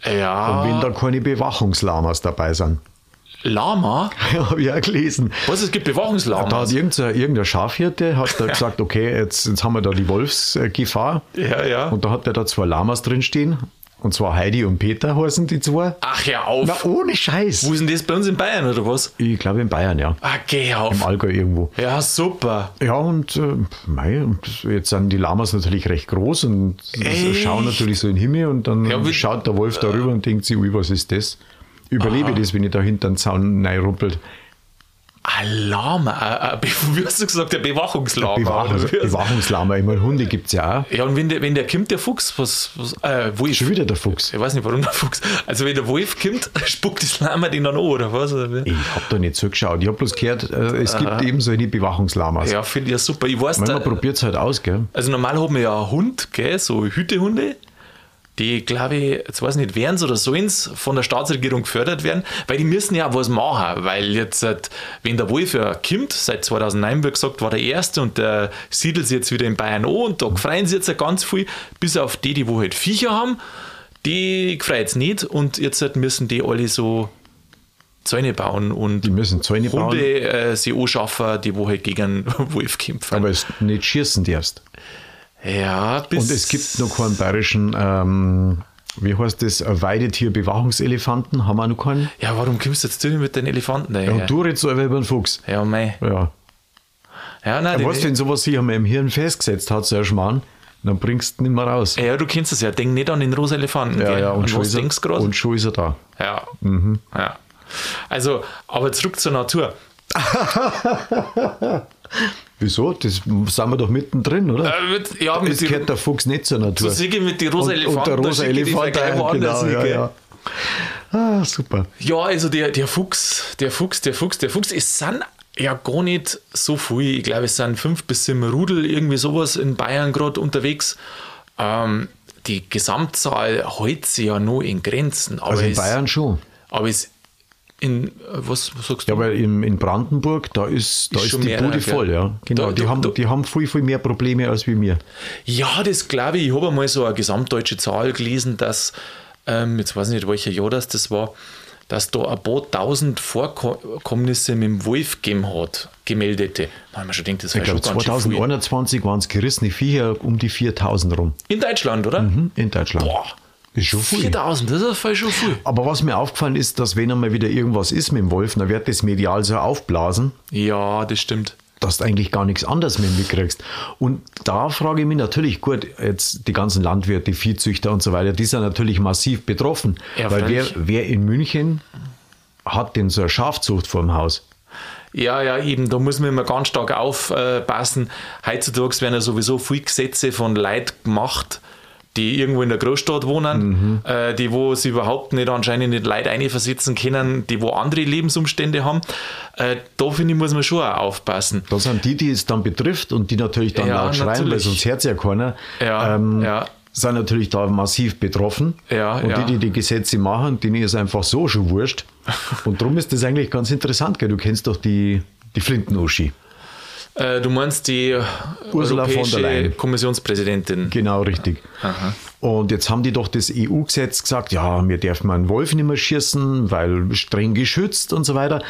[SPEAKER 2] Und wenn
[SPEAKER 1] Ja,
[SPEAKER 2] da keine Bewachungslamas dabei sind. [laughs]
[SPEAKER 1] Lama.
[SPEAKER 2] Habe ich ja gelesen.
[SPEAKER 1] Was, es gibt Bewachungslama?
[SPEAKER 2] Da hat irgendein, irgendein Schafhirte hat
[SPEAKER 1] [laughs]
[SPEAKER 2] da gesagt, okay, jetzt, jetzt haben wir da die Wolfsgefahr.
[SPEAKER 1] Ja, ja.
[SPEAKER 2] Und da hat er da zwei Lamas drinstehen. Und zwar Heidi und Peter heißen die zwei.
[SPEAKER 1] Ach, hör auf.
[SPEAKER 2] Na, ohne Scheiß.
[SPEAKER 1] Wo ist denn das bei uns in Bayern, oder was?
[SPEAKER 2] Ich glaube in Bayern, ja.
[SPEAKER 1] Ah, geh auf.
[SPEAKER 2] Im Allgäu irgendwo.
[SPEAKER 1] Ja, super.
[SPEAKER 2] Ja, und äh, mei, und das- jetzt sind die Lamas natürlich recht groß und s-
[SPEAKER 1] Echt?
[SPEAKER 2] schauen natürlich so in den Himmel und dann
[SPEAKER 1] Ja, wie-
[SPEAKER 2] schaut der Wolf darüber und denkt sich, ui, was ist das? Überlebe ich das, wenn ich da hinter den Zaun reinrumpelt.
[SPEAKER 1] Alarm. äh, [laughs] äh, Wie hast du gesagt, der Bewachungslama?
[SPEAKER 2] Bewachungs
[SPEAKER 1] oder wie?
[SPEAKER 2] Bewachungslama, ich meine, Hunde gibt es ja auch.
[SPEAKER 1] Ja, und wenn der, wenn der kommt, der Fuchs, was, was äh, Wolf.
[SPEAKER 2] Schon wieder der Fuchs.
[SPEAKER 1] Ich weiß nicht, warum der Fuchs. Also, wenn der Wolf kommt, [laughs] spuckt das Lama den dann an, oder was? Oder wie?
[SPEAKER 2] Ich habe da nicht zugeschaut. Ich habe bloß gehört, äh, es gibt eben solche Bewachungslamas.
[SPEAKER 1] Ja, finde ich ja super. Ich weiß,
[SPEAKER 2] Man
[SPEAKER 1] da,
[SPEAKER 2] probiert es halt aus, gell?
[SPEAKER 1] also normal haben wir ja einen Hund, gell, so Hütehunde, die, glaube ich, jetzt weiß ich nicht, werden oder sollen's von der Staatsregierung gefördert werden, weil die müssen ja was machen, weil jetzt, halt, wenn der Wolf ja kommt, seit 2009, wie gesagt, war der Erste und der siedelt sich jetzt wieder in Bayern an und da freuen sie jetzt ja ganz viel, bis auf die, die wo halt Viecher haben, die freut es nicht und jetzt halt müssen die alle so Zäune bauen und
[SPEAKER 2] Die müssen Zäune bauen,
[SPEAKER 1] Hunde äh, sie anschaffen, die wo halt gegen [laughs] einen Wolf kämpfen.
[SPEAKER 2] aber es nicht schießen darfst.
[SPEAKER 1] Ja, bis.
[SPEAKER 2] Und es gibt noch keinen bayerischen, ähm, wie heißt das, äh, Weidetier-Bewachungselefanten, haben wir auch noch keinen.
[SPEAKER 1] Ja, warum kommst du jetzt zu mir mit den Elefanten
[SPEAKER 2] Ja,
[SPEAKER 1] daher?
[SPEAKER 2] Und du redest so über den Fuchs.
[SPEAKER 1] Ja, mei.
[SPEAKER 2] Ja.
[SPEAKER 1] Ja, nein, die-
[SPEAKER 2] Was, wenn sowas sich einmal im Hirn festgesetzt hat, so ein Schmarrn, dann bringst du ihn nicht mehr raus.
[SPEAKER 1] Ja, du kennst es ja. Denk nicht an den rosa Elefanten.
[SPEAKER 2] Ja,
[SPEAKER 1] gell?
[SPEAKER 2] ja, und,
[SPEAKER 1] und
[SPEAKER 2] schon,
[SPEAKER 1] was
[SPEAKER 2] ist
[SPEAKER 1] denkst du
[SPEAKER 2] er,
[SPEAKER 1] gerade?
[SPEAKER 2] und Mhm. schon ist
[SPEAKER 1] [laughs]
[SPEAKER 2] er da.
[SPEAKER 1] Ja. ja. Also, aber zurück zur Natur.
[SPEAKER 2] Wieso? Das sind wir doch mittendrin, oder?
[SPEAKER 1] Äh, mit, ja,
[SPEAKER 2] Jetzt
[SPEAKER 1] mit die,
[SPEAKER 2] gehört der Fuchs nicht zur Natur.
[SPEAKER 1] so sieg ich mit die rosa
[SPEAKER 2] und, und
[SPEAKER 1] Elefanten. da
[SPEAKER 2] der rosa
[SPEAKER 1] schick ich die
[SPEAKER 2] Elefant,
[SPEAKER 1] gleich
[SPEAKER 2] ja,
[SPEAKER 1] woanders
[SPEAKER 2] genau,
[SPEAKER 1] hin,
[SPEAKER 2] ja,
[SPEAKER 1] gell?
[SPEAKER 2] ja. Ah, super.
[SPEAKER 1] Ja, also der, der Fuchs, der Fuchs, der Fuchs, der Fuchs, es sind ja gar nicht so viel. Ich glaube, es sind fünf bis sieben Rudel, irgendwie sowas in Bayern gerade unterwegs. Ähm, die Gesamtzahl hält sich ja nur in Grenzen. Aber
[SPEAKER 2] Also in
[SPEAKER 1] es,
[SPEAKER 2] Bayern schon.
[SPEAKER 1] Aber es in, äh, was, was sagst du?
[SPEAKER 2] Ja, aber in, in Brandenburg, da ist, da
[SPEAKER 1] Ist
[SPEAKER 2] ist,
[SPEAKER 1] schon
[SPEAKER 2] die
[SPEAKER 1] mehr,
[SPEAKER 2] Bude
[SPEAKER 1] gell?
[SPEAKER 2] voll, ja. Genau,
[SPEAKER 1] Da-
[SPEAKER 2] die,
[SPEAKER 1] da-
[SPEAKER 2] haben,
[SPEAKER 1] da-
[SPEAKER 2] die haben viel, viel mehr Probleme als wir mir.
[SPEAKER 1] Ja, das glaube ich. Ich habe einmal so eine gesamtdeutsche Zahl gelesen, dass, ähm, jetzt weiß ich nicht, welcher Jahr das, das war, dass da ein paar tausend Vorkommnisse mit dem Wolf gegeben hat, gemeldete. Da habe ich mir schon gedacht, das war
[SPEAKER 2] Ich glaube,
[SPEAKER 1] schon ganz schön viel.
[SPEAKER 2] 2021 waren es gerissene Viecher um die 4000 rum
[SPEAKER 1] In Deutschland, oder?
[SPEAKER 2] hm, in Deutschland.
[SPEAKER 1] Boah,
[SPEAKER 2] Ist schon viel.
[SPEAKER 1] 4000, das ist voll schon viel.
[SPEAKER 2] Aber was mir aufgefallen ist, dass wenn einmal wieder irgendwas ist mit dem Wolf, dann wird das medial so aufblasen,
[SPEAKER 1] Ja, das stimmt.
[SPEAKER 2] dass du eigentlich gar nichts anderes mehr mitkriegst. Und da frage ich mich natürlich, gut, jetzt die ganzen Landwirte, Viehzüchter und so weiter, die sind natürlich massiv betroffen.
[SPEAKER 1] Ja,
[SPEAKER 2] weil wer,
[SPEAKER 1] freilich.
[SPEAKER 2] wer in München hat denn so eine Schafzucht vorm Haus?
[SPEAKER 1] Ja, ja, eben, da muss man immer ganz stark aufpassen. Heutzutage werden ja sowieso viele Gesetze von Leuten gemacht, die irgendwo in der Großstadt wohnen, äh, die wo sie überhaupt nicht anscheinend nicht Leute einversetzen können, die wo andere Lebensumstände haben. Äh, da finde ich, muss man schon auch aufpassen.
[SPEAKER 2] Das sind die, die es dann betrifft und die natürlich dann
[SPEAKER 1] Ja,
[SPEAKER 2] laut schreien,
[SPEAKER 1] natürlich.
[SPEAKER 2] weil sonst hört es ja keiner. ähm,
[SPEAKER 1] Ja, ja.
[SPEAKER 2] Sind natürlich da massiv betroffen.
[SPEAKER 1] Ja,
[SPEAKER 2] und
[SPEAKER 1] ja.
[SPEAKER 2] die, die die Gesetze machen, denen ist einfach so
[SPEAKER 1] [laughs]
[SPEAKER 2] schon wurscht. Und darum ist das eigentlich ganz interessant, gell? Du kennst doch die, die Flinten-Uschi.
[SPEAKER 1] Äh, du meinst die
[SPEAKER 2] Ursula von der
[SPEAKER 1] Europäische
[SPEAKER 2] Leyen.
[SPEAKER 1] Kommissionspräsidentin.
[SPEAKER 2] Genau, richtig. Und jetzt haben die doch das EU-Gesetz gesagt, ja, wir dürfen einen Wolf nicht mehr schießen, weil streng geschützt und so weiter.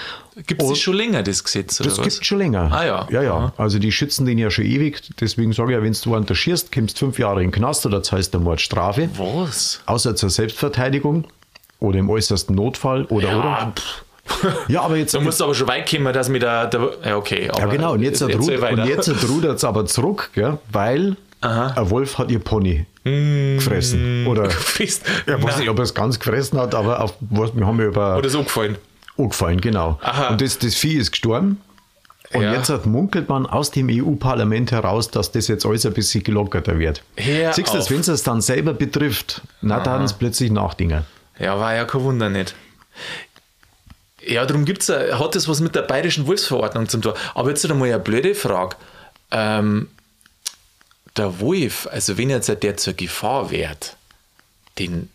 [SPEAKER 1] Gibt
[SPEAKER 2] Und-
[SPEAKER 1] es schon länger, Oh. das Gesetz? Oder
[SPEAKER 2] Das
[SPEAKER 1] was?
[SPEAKER 2] gibt schon länger.
[SPEAKER 1] Ah, ja.
[SPEAKER 2] Ja, ja.
[SPEAKER 1] Aha.
[SPEAKER 2] Also die schützen den ja schon ewig. Deswegen sage ich ja, wenn du woanders schießt, kommst fünf Jahre in den Knast oder zahlst eine Mordstrafe.
[SPEAKER 1] Was?
[SPEAKER 2] Außer zur Selbstverteidigung oder im äußersten Notfall oder
[SPEAKER 1] Ja,
[SPEAKER 2] oder.
[SPEAKER 1] pff. [laughs]
[SPEAKER 2] Ja, aber jetzt.
[SPEAKER 1] da musst du aber schon weit kommen, dass mir da. da ja, okay.
[SPEAKER 2] ja,
[SPEAKER 1] aber
[SPEAKER 2] genau. Und jetzt, hat
[SPEAKER 1] erzähl
[SPEAKER 2] Rud-
[SPEAKER 1] weiter.
[SPEAKER 2] und
[SPEAKER 1] [laughs]
[SPEAKER 2] jetzt rudert es aber zurück, gell? weil ein Wolf hat ihr Pony
[SPEAKER 1] Mm.
[SPEAKER 2] gefressen.
[SPEAKER 1] [laughs]
[SPEAKER 2] Oder.
[SPEAKER 1] Fest.
[SPEAKER 2] Ich weiß
[SPEAKER 1] Nein.
[SPEAKER 2] nicht, ob er es ganz gefressen hat, aber auf, was, wir haben ja über.
[SPEAKER 1] Oder so gefallen.
[SPEAKER 2] Angefallen, genau.
[SPEAKER 1] Aha.
[SPEAKER 2] Und das, das Vieh ist gestorben. Und
[SPEAKER 1] Ja.
[SPEAKER 2] jetzt hat, munkelt man aus dem EU-Parlament heraus, dass das jetzt alles ein bisschen gelockerter wird.
[SPEAKER 1] Hör
[SPEAKER 2] Siehst du das,
[SPEAKER 1] auf.
[SPEAKER 2] wenn es dann selber betrifft, na, dann es plötzlich Nachdinger.
[SPEAKER 1] Ja, war ja kein Wunder nicht. Ja, darum gibt's ja, hat das was mit der bayerischen Wolfsverordnung zu tun. Aber jetzt noch mal eine blöde Frage. Ähm, der Wolf, also wenn jetzt der zur Gefahr wird, den,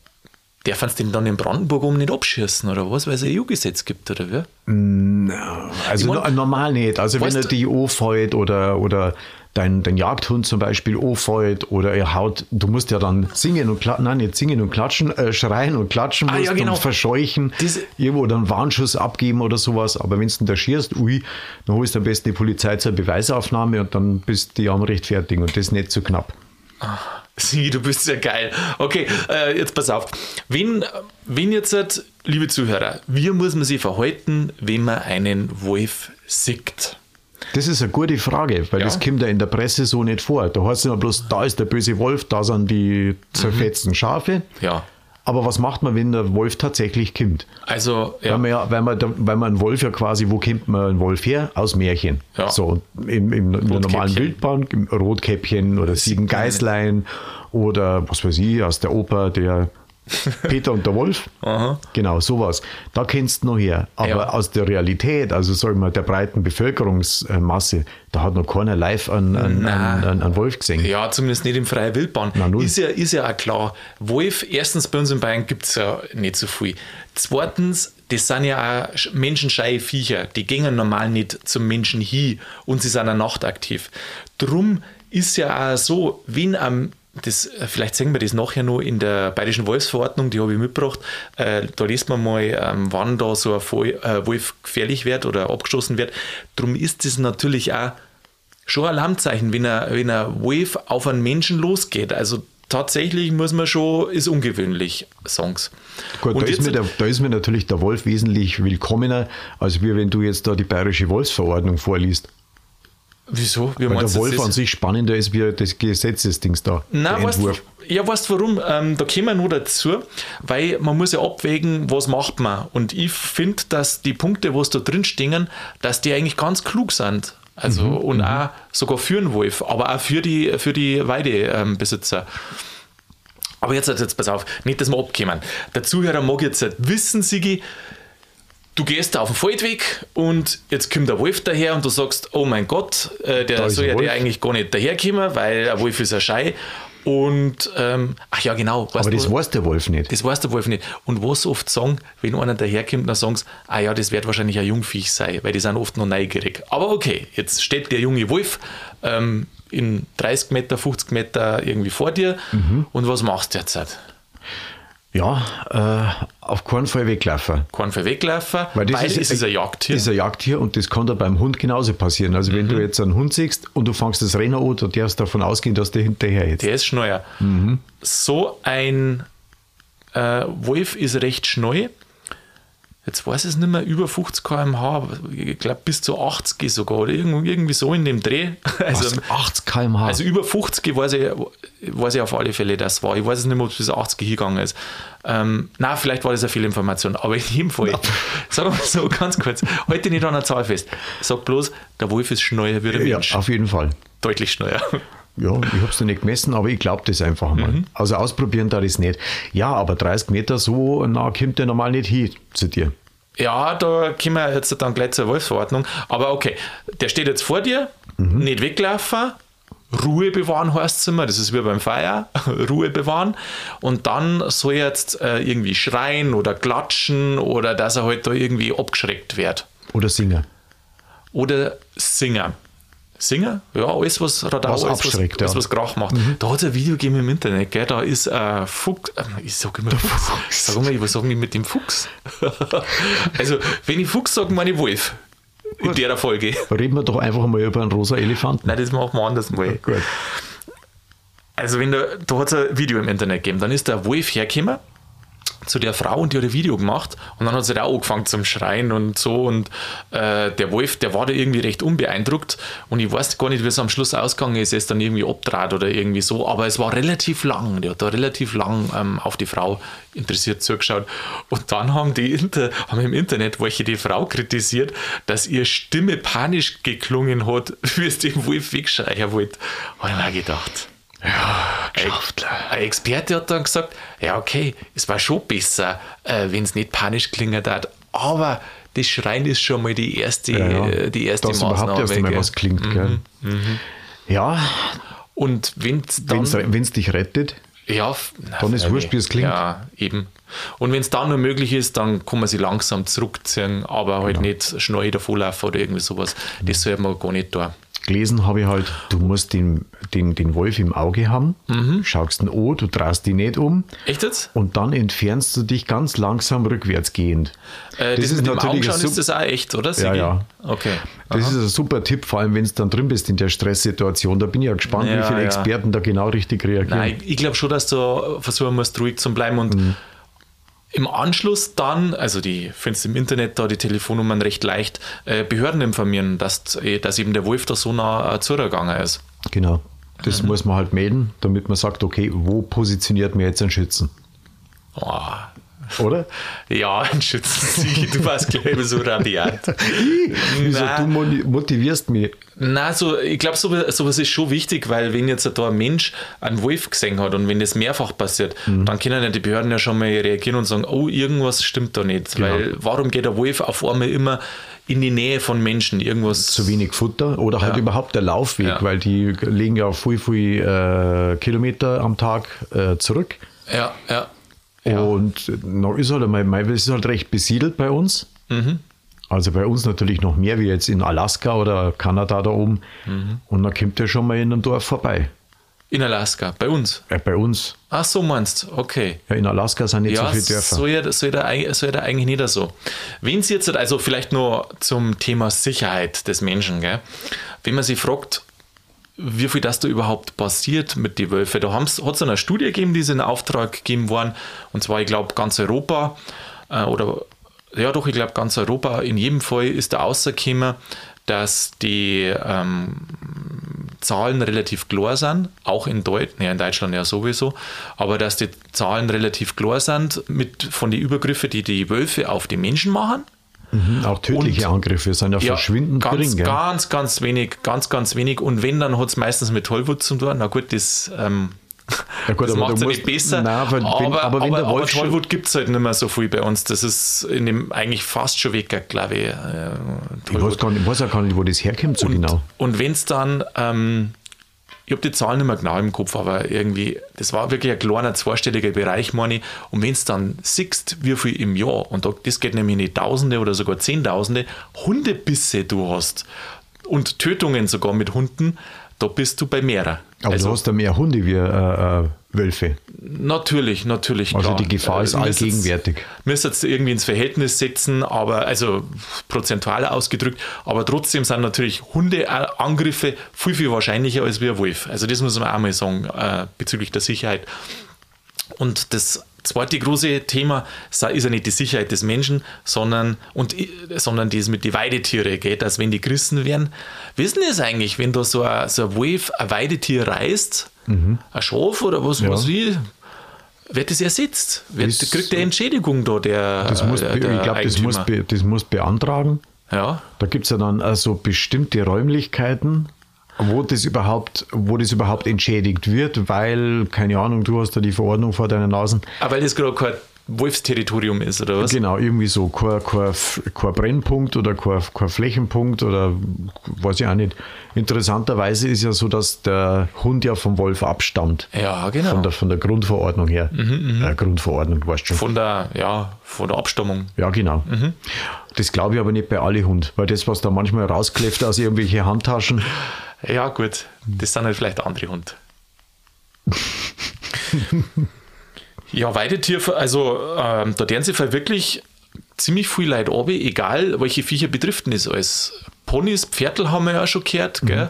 [SPEAKER 1] der fand den dann in Brandenburg oben nicht abschießen oder was, weil es ein EU-Gesetz gibt oder wie?
[SPEAKER 2] Also
[SPEAKER 1] Ich mein,
[SPEAKER 2] no- normal nicht. Also wenn
[SPEAKER 1] weißt
[SPEAKER 2] er
[SPEAKER 1] du-
[SPEAKER 2] die anfällt oder, oder dein, dein Jagdhund zum Beispiel anfällt oder er haut, du musst ja dann singen und klatschen, nein, nicht singen und klatschen, äh, schreien und klatschen
[SPEAKER 1] Ah,
[SPEAKER 2] musst
[SPEAKER 1] ja, genau.
[SPEAKER 2] und verscheuchen,
[SPEAKER 1] Diese-
[SPEAKER 2] irgendwo oder einen Warnschuss abgeben oder sowas. Aber wenn du da schierst, ui, dann holst du am besten die Polizei zur Beweisaufnahme und dann bist du ja am Rechtfertigen und das nicht zu knapp.
[SPEAKER 1] äh, halt,
[SPEAKER 2] Das ist eine gute Frage, weil
[SPEAKER 1] Ja.
[SPEAKER 2] das kommt ja in der Presse so nicht vor. Da heißt es immer bloß, da ist der böse Wolf, da sind die zerfetzten Schafe.
[SPEAKER 1] Ja,
[SPEAKER 2] Aber was macht man, wenn der Wolf tatsächlich kommt?
[SPEAKER 1] also,
[SPEAKER 2] Weil
[SPEAKER 1] ja,
[SPEAKER 2] man ja, weil man, da- weil man einen Wolf ja quasi, wo kennt man einen Wolf her? Aus Märchen.
[SPEAKER 1] Ja.
[SPEAKER 2] So, im, im, in der normalen
[SPEAKER 1] Rotkäppchen.
[SPEAKER 2] Wildbahn, im Rotkäppchen oder Sieben Geißlein oder was weiß ich, aus der
[SPEAKER 1] [laughs]
[SPEAKER 2] Oper, der Peter und der Wolf.
[SPEAKER 1] Aha.
[SPEAKER 2] Genau, sowas. Da kennst du noch her. Aber
[SPEAKER 1] Ja.
[SPEAKER 2] aus der Realität, also sagen wir der breiten Bevölkerungsmasse, da hat noch keiner live einen, einen, einen, einen, einen Wolf gesehen.
[SPEAKER 1] ja, zumindest nicht in freier Wildbahn.
[SPEAKER 2] Na, null.
[SPEAKER 1] ist, ja, ist ja auch klar. Wolf, erstens, bei uns in Bayern gibt es ja nicht so viel. Zweitens, das sind ja auch menschenscheie Viecher. Die gehen normal nicht zum Menschen hin und sie sind auch nachtaktiv. Drum ist ja auch so, wenn am das, vielleicht sehen wir das nachher noch in der Bayerischen Wolfsverordnung, die habe ich mitgebracht. Äh, da liest man mal, ähm, wann da so ein Vol- äh, Wolf gefährlich wird oder abgeschossen wird. Drum ist das natürlich auch schon ein Alarmzeichen, wenn er, wenn er Wave auf einen Menschen losgeht. Also tatsächlich muss man schon, ist ungewöhnlich, Songs.
[SPEAKER 2] Gut, da ist,
[SPEAKER 1] jetzt-
[SPEAKER 2] mir der, da ist mir natürlich der Wolf wesentlich willkommener, als wir, wenn du jetzt da die bayerische Wolfsverordnung vorliest.
[SPEAKER 1] Wieso? Wie
[SPEAKER 2] Weil der
[SPEAKER 1] meinst du
[SPEAKER 2] Wolf
[SPEAKER 1] das?
[SPEAKER 2] an sich spannender ist wie das Gesetzesdings da.
[SPEAKER 1] Nein,
[SPEAKER 2] der
[SPEAKER 1] weißt du,
[SPEAKER 2] Entwurf.
[SPEAKER 1] ja, weißt du warum? Ähm, da kommen wir nur dazu, weil man muss ja abwägen, was macht man. Und ich finde, dass die Punkte, wo es da drin stehen, dass die eigentlich ganz klug sind. Also
[SPEAKER 2] Mhm,
[SPEAKER 1] und auch sogar für den Wolf, aber auch für die, für die Weidebesitzer. aber jetzt, jetzt pass auf, nicht, dass wir abkommen. Der Zuhörer mag jetzt nicht wissen, Sigi, du gehst da auf den Feldweg und jetzt kommt der Wolf daher und du sagst, oh mein Gott, äh, der
[SPEAKER 2] Da ist
[SPEAKER 1] soll
[SPEAKER 2] ein
[SPEAKER 1] ja der
[SPEAKER 2] Wolf.
[SPEAKER 1] eigentlich gar nicht daherkommen, weil ein Wolf ist ein Schei. Und, ähm, ach ja, genau. weißt
[SPEAKER 2] Aber das
[SPEAKER 1] du,
[SPEAKER 2] weiß der Wolf nicht.
[SPEAKER 1] das weiß der Wolf nicht. Und was oft sagen, wenn einer daherkommt, dann sagen sie, ah ja, das wird wahrscheinlich ein Jungviech sein, weil die sind oft noch neugierig. Aber okay, jetzt steht der junge Wolf ähm, in 30 Meter, 50 Meter irgendwie vor dir
[SPEAKER 2] Mhm.
[SPEAKER 1] und was machst du jetzt?
[SPEAKER 2] ja, äh, auf keinen Fall weglaufen.
[SPEAKER 1] Keinen Fall weglaufen, weil,
[SPEAKER 2] Weil das
[SPEAKER 1] es
[SPEAKER 2] ist-
[SPEAKER 1] ist ein Jagdtier.
[SPEAKER 2] Das ist ein Jagdtier und das kann da beim Hund genauso passieren. Also
[SPEAKER 1] Mhm.
[SPEAKER 2] wenn du jetzt einen Hund siehst und du fangst das Renner an, dann darfst du davon ausgehen, dass der hinterher jetzt.
[SPEAKER 1] Der ist schneuer. So ein äh, Wolf ist recht schneu. Jetzt weiß ich es nicht mehr, über 50 km/h, aber ich glaube bis zu 80 sogar oder irgendwie, irgendwie so in dem Dreh. [laughs] Also,
[SPEAKER 2] Also 80 km/h.
[SPEAKER 1] also über 50 weiß ich, weiß ich auf alle Fälle, das war. Ich weiß es nicht mehr, ob es bis 80 hingegangen ist. Ähm, na, vielleicht war das eine Fehlinformation, aber in jedem Fall, [laughs] sagen wir mal so ganz kurz, heute nicht an der Zahl fest. Sag bloß, der Wolf ist schneuer wie der
[SPEAKER 2] ja,
[SPEAKER 1] Mensch.
[SPEAKER 2] auf jeden Fall.
[SPEAKER 1] Deutlich schneuer.
[SPEAKER 2] Ja, ich habe es noch nicht gemessen, aber ich glaube das einfach mal.
[SPEAKER 1] Mhm.
[SPEAKER 2] Also ausprobieren da das nicht. Ja, aber 30 Meter so nah kommt der normal nicht hin zu dir.
[SPEAKER 1] Ja, da kommen wir jetzt dann gleich zur Wolfsverordnung. Aber okay, der steht jetzt vor dir, nicht weglaufen, Ruhe bewahren heißt es immer, das ist wie beim Feier, [laughs] Ruhe bewahren. Und dann soll er jetzt äh, irgendwie schreien oder klatschen oder dass er halt da irgendwie abgeschreckt wird.
[SPEAKER 2] Oder Singer.
[SPEAKER 1] Oder Singer. Singer? Ja, alles, was Radau,
[SPEAKER 2] Was
[SPEAKER 1] alles, was,
[SPEAKER 2] abschreckt,
[SPEAKER 1] alles,
[SPEAKER 2] ja. Mhm.
[SPEAKER 1] was Krach macht. Da hat es ein Video gegeben im Internet, gell? da ist ein Fuchs, ähm, ich sag immer Fuchs, sag mal, was sagen die mit dem Fuchs? [laughs] also, wenn ich Fuchs sage, meine ich Wolf. In der Folge.
[SPEAKER 2] Reden wir doch einfach mal über einen rosa Elefanten.
[SPEAKER 1] Nein, das machen wir anders mal.
[SPEAKER 2] Gut.
[SPEAKER 1] Also, wenn der, da hat es ein Video im Internet gegeben, dann ist der Wolf hergekommen zu der Frau und die hat ein Video gemacht und dann hat sie da auch angefangen zum Schreien und so und äh, der Wolf, der war da irgendwie recht unbeeindruckt und ich weiß gar nicht, wie es am Schluss ausgegangen ist, er ist dann irgendwie abtrat oder irgendwie so, aber es war relativ lang, der hat da relativ lang ähm, auf die Frau interessiert zugeschaut und dann haben die Inter haben im Internet welche die Frau kritisiert, dass ihre Stimme panisch geklungen hat, [laughs] wie es dem Wolf wegschreien wollte. Habe ich mir auch gedacht. Ein Experte hat dann gesagt, ja okay, es war schon besser, äh, wenn es nicht panisch klingert hat, aber das Schreien ist schon mal die erste, äh, die erste
[SPEAKER 2] Dass überhaupt
[SPEAKER 1] Maßnahme.
[SPEAKER 2] erst einmal
[SPEAKER 1] gell?
[SPEAKER 2] was klingt. Gell? Ja,
[SPEAKER 1] Und wenn's dann,
[SPEAKER 2] wenn es dich rettet,
[SPEAKER 1] ja, f- na,
[SPEAKER 2] dann ist
[SPEAKER 1] freilich.
[SPEAKER 2] wurscht, wie es klingt.
[SPEAKER 1] Ja, eben. Und wenn es dann nur möglich ist, dann kann man sie langsam zurückziehen, aber halt
[SPEAKER 2] Genau.
[SPEAKER 1] nicht schnell davonlaufen oder irgendwie sowas. Das soll man gar nicht tun.
[SPEAKER 2] gelesen habe ich halt, du musst den, den, den Wolf im Auge haben,
[SPEAKER 1] Mhm.
[SPEAKER 2] schaust ihn an, du traust ihn nicht um
[SPEAKER 1] Echt jetzt?
[SPEAKER 2] und dann entfernst du dich ganz langsam rückwärts gehend.
[SPEAKER 1] Äh, das, mit dem Augenschauen
[SPEAKER 2] ein
[SPEAKER 1] ist das auch echt, oder? Sigi?
[SPEAKER 2] ja.
[SPEAKER 1] Okay.
[SPEAKER 2] Das ist ein super Tipp, vor allem wenn du dann drin bist in der Stresssituation. Da bin ich ja gespannt,
[SPEAKER 1] Ja,
[SPEAKER 2] wie viele
[SPEAKER 1] ja.
[SPEAKER 2] Experten da genau richtig reagieren.
[SPEAKER 1] Nein, ich, ich glaube schon, dass du versuchen musst, ruhig zu bleiben und im Anschluss dann, also die findest du im Internet da die Telefonnummern recht leicht, äh, Behörden informieren, dass, äh, dass eben der Wolf da so nah äh, zugegangen ist.
[SPEAKER 2] Genau. Das
[SPEAKER 1] Mhm.
[SPEAKER 2] muss man halt melden, damit man sagt, okay, wo positioniert man jetzt einen Schützen?
[SPEAKER 1] Oh. [laughs]
[SPEAKER 2] Oder?
[SPEAKER 1] Ja, ein Schützensieg, du warst glaube ich so radiant.
[SPEAKER 2] Wieso, du moni- motivierst mich.
[SPEAKER 1] Na, so, ich glaube, sowas, sowas ist schon wichtig, weil wenn jetzt da ein Mensch einen Wolf gesehen hat und wenn das mehrfach passiert, dann können ja die Behörden ja schon mal reagieren und sagen, oh, irgendwas stimmt da nicht. Weil warum geht der Wolf auf einmal immer in die Nähe von Menschen? Irgendwas
[SPEAKER 2] Zu wenig Futter oder halt überhaupt der Laufweg,
[SPEAKER 1] Ja.
[SPEAKER 2] weil die legen ja viel, viel äh, Kilometer am Tag äh, zurück.
[SPEAKER 1] Ja, ja.
[SPEAKER 2] Und noch ist halt einmal, mein, es ist halt recht besiedelt bei uns.
[SPEAKER 1] Mhm.
[SPEAKER 2] Also bei uns natürlich noch mehr wie jetzt in Alaska oder Kanada da oben.
[SPEAKER 1] Mhm.
[SPEAKER 2] Und dann kommt der schon mal in einem Dorf vorbei.
[SPEAKER 1] In Alaska, bei uns.
[SPEAKER 2] Äh, bei uns.
[SPEAKER 1] Ach so, meinst Okay.
[SPEAKER 2] Ja, in Alaska sind nicht
[SPEAKER 1] Ja,
[SPEAKER 2] so viele Dörfer.
[SPEAKER 1] so ja, so ja, da eig- so ja da eigentlich nicht so. Wenn Sie jetzt, also vielleicht nur zum Thema Sicherheit des Menschen, gell? wenn man sie fragt, wie viel das da überhaupt passiert mit den Wölfen, da hat es eine Studie gegeben, die ist in Auftrag gegeben worden, und zwar, ich glaube, ganz Europa äh, oder ja doch, ich glaube, ganz Europa, in jedem Fall ist da rausgekommen, dass die ähm, Zahlen relativ klar sind, auch in, Deut ja, in Deutschland ja sowieso, aber dass die Zahlen relativ klar sind mit, von den Übergriffen, die die Wölfe auf die Menschen machen.
[SPEAKER 2] Mhm, auch tödliche
[SPEAKER 1] Und-
[SPEAKER 2] Angriffe sind ja, verschwindend
[SPEAKER 1] ganz,
[SPEAKER 2] gering. Gell?
[SPEAKER 1] Ganz, ganz wenig, ganz, ganz wenig. Und wenn, dann hat es meistens mit Tollwut zu tun. Na gut, das, ähm,
[SPEAKER 2] Ja gut,
[SPEAKER 1] das
[SPEAKER 2] aber
[SPEAKER 1] macht es
[SPEAKER 2] du
[SPEAKER 1] ja nicht
[SPEAKER 2] musst-
[SPEAKER 1] besser.
[SPEAKER 2] Nein, weil wenn-
[SPEAKER 1] aber,
[SPEAKER 2] aber wenn
[SPEAKER 1] aber,
[SPEAKER 2] der
[SPEAKER 1] aber
[SPEAKER 2] Wolf schon-
[SPEAKER 1] Tollwut gibt es halt nicht mehr so viel bei uns. Das ist in dem eigentlich fast schon weg, glaube ich. Äh,
[SPEAKER 2] Ich
[SPEAKER 1] Tollwut.
[SPEAKER 2] weiß, gar nicht, ich weiß auch gar nicht, wo das herkommt so genau.
[SPEAKER 1] Und wenn es dann, ähm, ich habe die Zahlen nicht mehr genau im Kopf, aber irgendwie, das war wirklich ein kleiner zweistelliger Bereich, meine ich. Und wenn es dann siehst, wie viel im Jahr, und da, das geht nämlich in die Tausende oder sogar Zehntausende, Hundebisse du hast und Tötungen sogar mit Hunden, da bist du bei mehrer. Also,
[SPEAKER 2] Aber du hast ja mehr Hunde wie äh, äh, Wölfe.
[SPEAKER 1] Natürlich, natürlich. Äh,
[SPEAKER 2] Also die Gefahr ist
[SPEAKER 1] mir jetzt-
[SPEAKER 2] allgegenwärtig.
[SPEAKER 1] Mir ist jetzt irgendwie ins Verhältnis setzen, aber also prozentual ausgedrückt, aber trotzdem sind natürlich Hundeangriffe viel, viel wahrscheinlicher als wie ein Wolf. Also das muss man auch mal sagen äh, bezüglich der Sicherheit. Und das zweite große Thema sa- ist ja nicht die Sicherheit des Menschen, sondern, und, i- sondern das mit den Weidetiere, gell? dass wenn die gerissen werden. Wissen die es eigentlich, wenn da so ein, so ein Wolf ein Weidetier reißt, ein Schaf oder was,
[SPEAKER 2] Mhm. Ja.
[SPEAKER 1] was will, wird das ersetzt? Wird,
[SPEAKER 2] Ist-
[SPEAKER 1] kriegt der Entschädigung da, der
[SPEAKER 2] Das muss,
[SPEAKER 1] äh,
[SPEAKER 2] be-
[SPEAKER 1] der
[SPEAKER 2] ich glaube, das muss,
[SPEAKER 1] Eigentümer?
[SPEAKER 2] be- das muss beantragen.
[SPEAKER 1] Ja,
[SPEAKER 2] Da gibt es ja dann also bestimmte Räumlichkeiten, wo das, überhaupt, wo das überhaupt entschädigt wird, weil, keine Ahnung, du hast da die Verordnung vor deinen Nasen.
[SPEAKER 1] aber Ah, weil das gerade kein Wolfsterritorium ist, oder was?
[SPEAKER 2] Genau, irgendwie so. Kein, kein, F- kein Brennpunkt oder kein, kein Flächenpunkt oder weiß ich auch nicht. Interessanterweise ist ja so, dass der Hund ja vom Wolf abstammt.
[SPEAKER 1] Ja, genau.
[SPEAKER 2] Von der, von der Grundverordnung her. äh, Grundverordnung, du weißt schon.
[SPEAKER 1] Von der, ja, von der Abstammung.
[SPEAKER 2] Ja, genau. Das glaube ich aber nicht bei alle Hund, weil das, was da manchmal rauskläfft aus irgendwelchen Handtaschen,
[SPEAKER 1] Ja, gut, das sind halt vielleicht andere
[SPEAKER 2] [laughs]
[SPEAKER 1] Hunde. ja, Weidetiere, also ähm, da deren sie wirklich ziemlich viel Leid ab, egal welche Viecher betrifft das alles. Ponys, Pferdl haben wir ja schon gehört, gell?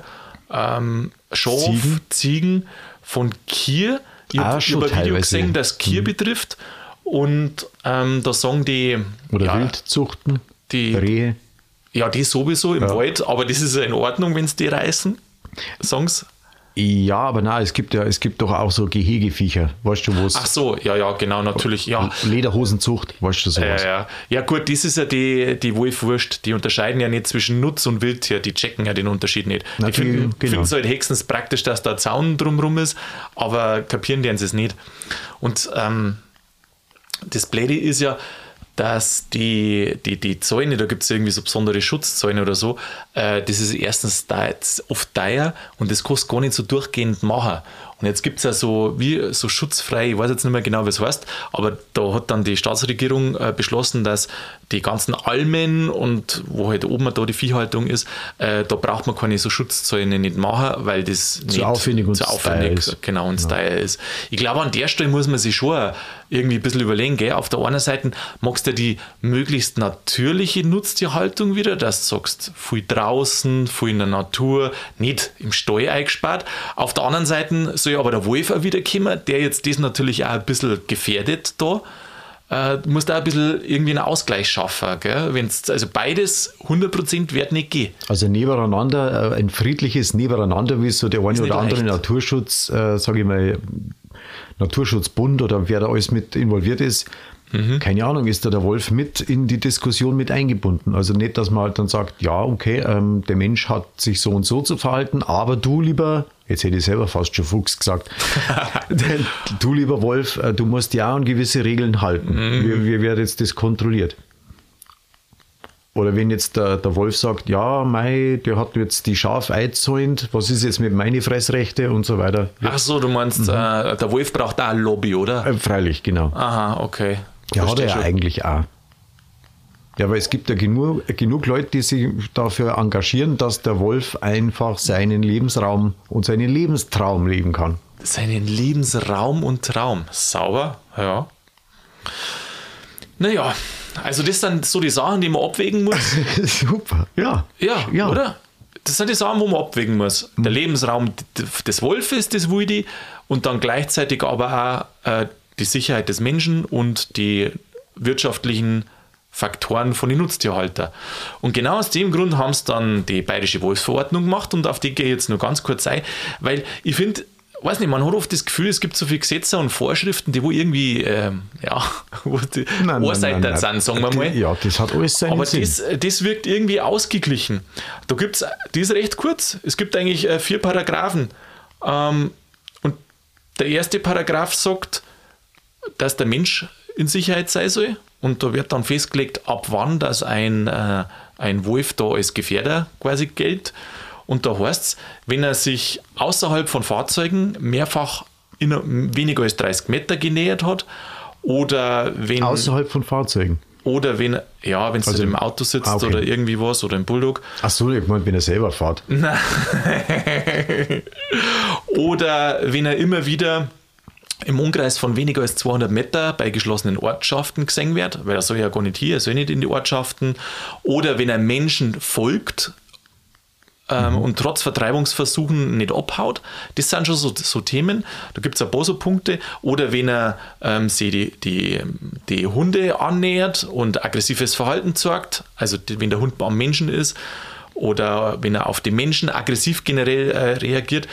[SPEAKER 1] Ähm, Schaf, Ziegen.
[SPEAKER 2] Mhm. Ziegen.
[SPEAKER 1] von Kier. Ich
[SPEAKER 2] Auch
[SPEAKER 1] habe
[SPEAKER 2] schon
[SPEAKER 1] über Video
[SPEAKER 2] teilweise. Mhm.
[SPEAKER 1] gesehen, dass Kier betrifft und ähm, da sagen die.
[SPEAKER 2] Oder
[SPEAKER 1] ja,
[SPEAKER 2] Wildzüchten,
[SPEAKER 1] die-
[SPEAKER 2] Rehe.
[SPEAKER 1] Ja, die sowieso im Wald, aber das ist ja in Ordnung, wenn es die reißen. Songs.
[SPEAKER 2] Ja, aber nein, es gibt ja, es gibt doch auch so Gehegeviecher, weißt du, wo
[SPEAKER 1] Ach
[SPEAKER 2] es
[SPEAKER 1] so, ja, ja, genau, natürlich, ja.
[SPEAKER 2] Lederhosenzucht, weißt du
[SPEAKER 1] Ja,
[SPEAKER 2] sowas.
[SPEAKER 1] ja. ja gut, das ist ja die, die Wolfwurst, die unterscheiden ja nicht zwischen Nutz und Wildtier, die checken ja den Unterschied nicht. Die
[SPEAKER 2] Natürlich,
[SPEAKER 1] finden
[SPEAKER 2] genau.
[SPEAKER 1] es halt höchstens praktisch, dass da ein Zaun drumrum ist, aber kapieren deren sie es nicht. Und ähm, das Blöde ist ja, dass die, die, die Zäune, da gibt es irgendwie so besondere Schutzzäune oder so, äh, das ist erstens da jetzt oft teuer und das kostet gar nicht so durchgehend machen. Und jetzt gibt es ja so, wie, so schutzfrei, ich weiß jetzt nicht mehr genau, was heißt, aber da hat dann die Staatsregierung äh, beschlossen, dass die ganzen Almen und wo halt oben da die Viehhaltung ist, äh, da braucht man keine so Schutzzäune nicht machen, weil das zu
[SPEAKER 2] aufwendig und
[SPEAKER 1] zu
[SPEAKER 2] Style
[SPEAKER 1] aufwendig
[SPEAKER 2] ist.
[SPEAKER 1] genau und Style ist. Ich glaube, an der Stelle muss man sich schon irgendwie ein bisschen überlegen. Gell? Auf der einen Seite magst du die möglichst natürliche Nutztierhaltung wieder, dass du sagst, viel draußen, viel in der Natur, nicht im Stall eingespart. Auf der anderen Seite soll aber der Wolf auch wieder kommen, der jetzt das natürlich auch ein bisschen gefährdet da. Äh, du musst da ein bisschen irgendwie einen Ausgleich schaffen. Gell? Wenn's, also beides 100% wird nicht gehen.
[SPEAKER 2] Also nebeneinander, äh, ein friedliches Nebeneinander, wie es so der eine
[SPEAKER 1] nicht
[SPEAKER 2] oder andere
[SPEAKER 1] leicht.
[SPEAKER 2] Naturschutz, äh, sage ich mal, Naturschutzbund oder wer da alles mit involviert ist,
[SPEAKER 1] Mhm.
[SPEAKER 2] keine Ahnung, ist da der Wolf mit in die Diskussion mit eingebunden. Also nicht, dass man halt dann sagt, ja, okay, ähm, der Mensch hat sich so und so zu verhalten, aber du lieber, jetzt hätte ich selber fast schon Fuchs
[SPEAKER 1] [laughs]
[SPEAKER 2] gesagt, [laughs] denn du lieber Wolf, äh, du musst ja an gewisse Regeln halten.
[SPEAKER 1] Mhm.
[SPEAKER 2] Wie, wie wird jetzt das kontrolliert? Oder wenn jetzt der, der Wolf sagt, ja, mei, der hat jetzt die Schaf eizäunt, was ist jetzt mit meinen Fressrechte und so weiter.
[SPEAKER 1] Ach so, du meinst, äh, der Wolf braucht da ein Lobby, oder?
[SPEAKER 2] Mhm. Äh, freilich, genau.
[SPEAKER 1] Aha, okay.
[SPEAKER 2] ja, hat
[SPEAKER 1] Versteh
[SPEAKER 2] er ja
[SPEAKER 1] Ah, schon.
[SPEAKER 2] eigentlich auch. Ja, aber es gibt ja genug, genug Leute, die sich dafür engagieren, dass der Wolf einfach seinen Lebensraum und seinen Lebenstraum leben kann. [laughs]
[SPEAKER 1] Seinen Lebensraum und Traum. Sauber, ja. Naja, also das sind so die Sachen, die man abwägen muss.
[SPEAKER 2] Super, ja. Mhm.
[SPEAKER 1] Ja, oder? Das sind die Sachen, wo man abwägen muss. Der Lebensraum d- des Wolfes, des Wuldi, und dann gleichzeitig aber auch äh, die Sicherheit des Menschen und die wirtschaftlichen Faktoren von den Nutztierhaltern. Und genau aus dem Grund haben sie dann die Bayerische Wolfsverordnung gemacht und auf die gehe ich jetzt nur ganz kurz ein, weil ich finde, weiß nicht, man hat oft das Gefühl, es gibt so viele Gesetze und Vorschriften, die wo irgendwie, ähm, ja, [laughs] wo die
[SPEAKER 2] Nein, nein, nein,
[SPEAKER 1] Ohrseiter
[SPEAKER 2] nein.
[SPEAKER 1] sind, sagen wir mal.
[SPEAKER 2] Ja, das hat alles seinen
[SPEAKER 1] Aber
[SPEAKER 2] Sinn.
[SPEAKER 1] das, äh, das wirkt irgendwie ausgeglichen. Da gibt's, die ist recht kurz. Es gibt eigentlich äh, vier Paragraphen. Ähm, und der erste Paragraph sagt, dass der Mensch in Sicherheit sein soll. Und da wird dann festgelegt, ab wann das ein, äh, ein Wolf da als Gefährder quasi gilt. Und da heißt es, wenn er sich außerhalb von Fahrzeugen mehrfach in weniger als 30 Meter genähert hat oder wenn
[SPEAKER 2] Außerhalb von Fahrzeugen.
[SPEAKER 1] oder wenn, ja, wenn du
[SPEAKER 2] Also
[SPEAKER 1] im
[SPEAKER 2] im-
[SPEAKER 1] Auto sitzt
[SPEAKER 2] Ah, okay.
[SPEAKER 1] oder irgendwie was oder im Bulldog.
[SPEAKER 2] Ach so, ich meine, wenn er selber fährt.
[SPEAKER 1] [laughs] Oder wenn er immer wieder im Umkreis von weniger als 200 Meter bei geschlossenen Ortschaften gesehen wird, weil er soll ja gar nicht hier, er soll nicht in die Ortschaften. Oder wenn er Menschen folgt ähm,
[SPEAKER 2] Mhm.
[SPEAKER 1] und trotz Vertreibungsversuchen nicht abhaut. Das sind schon so, so Themen. Da gibt es ein paar so Punkte. Oder wenn er ähm, sich die, die, die Hunde annähert und aggressives Verhalten zeigt, also die, wenn der Hund am Menschen ist oder wenn er auf die Menschen aggressiv generell äh, reagiert.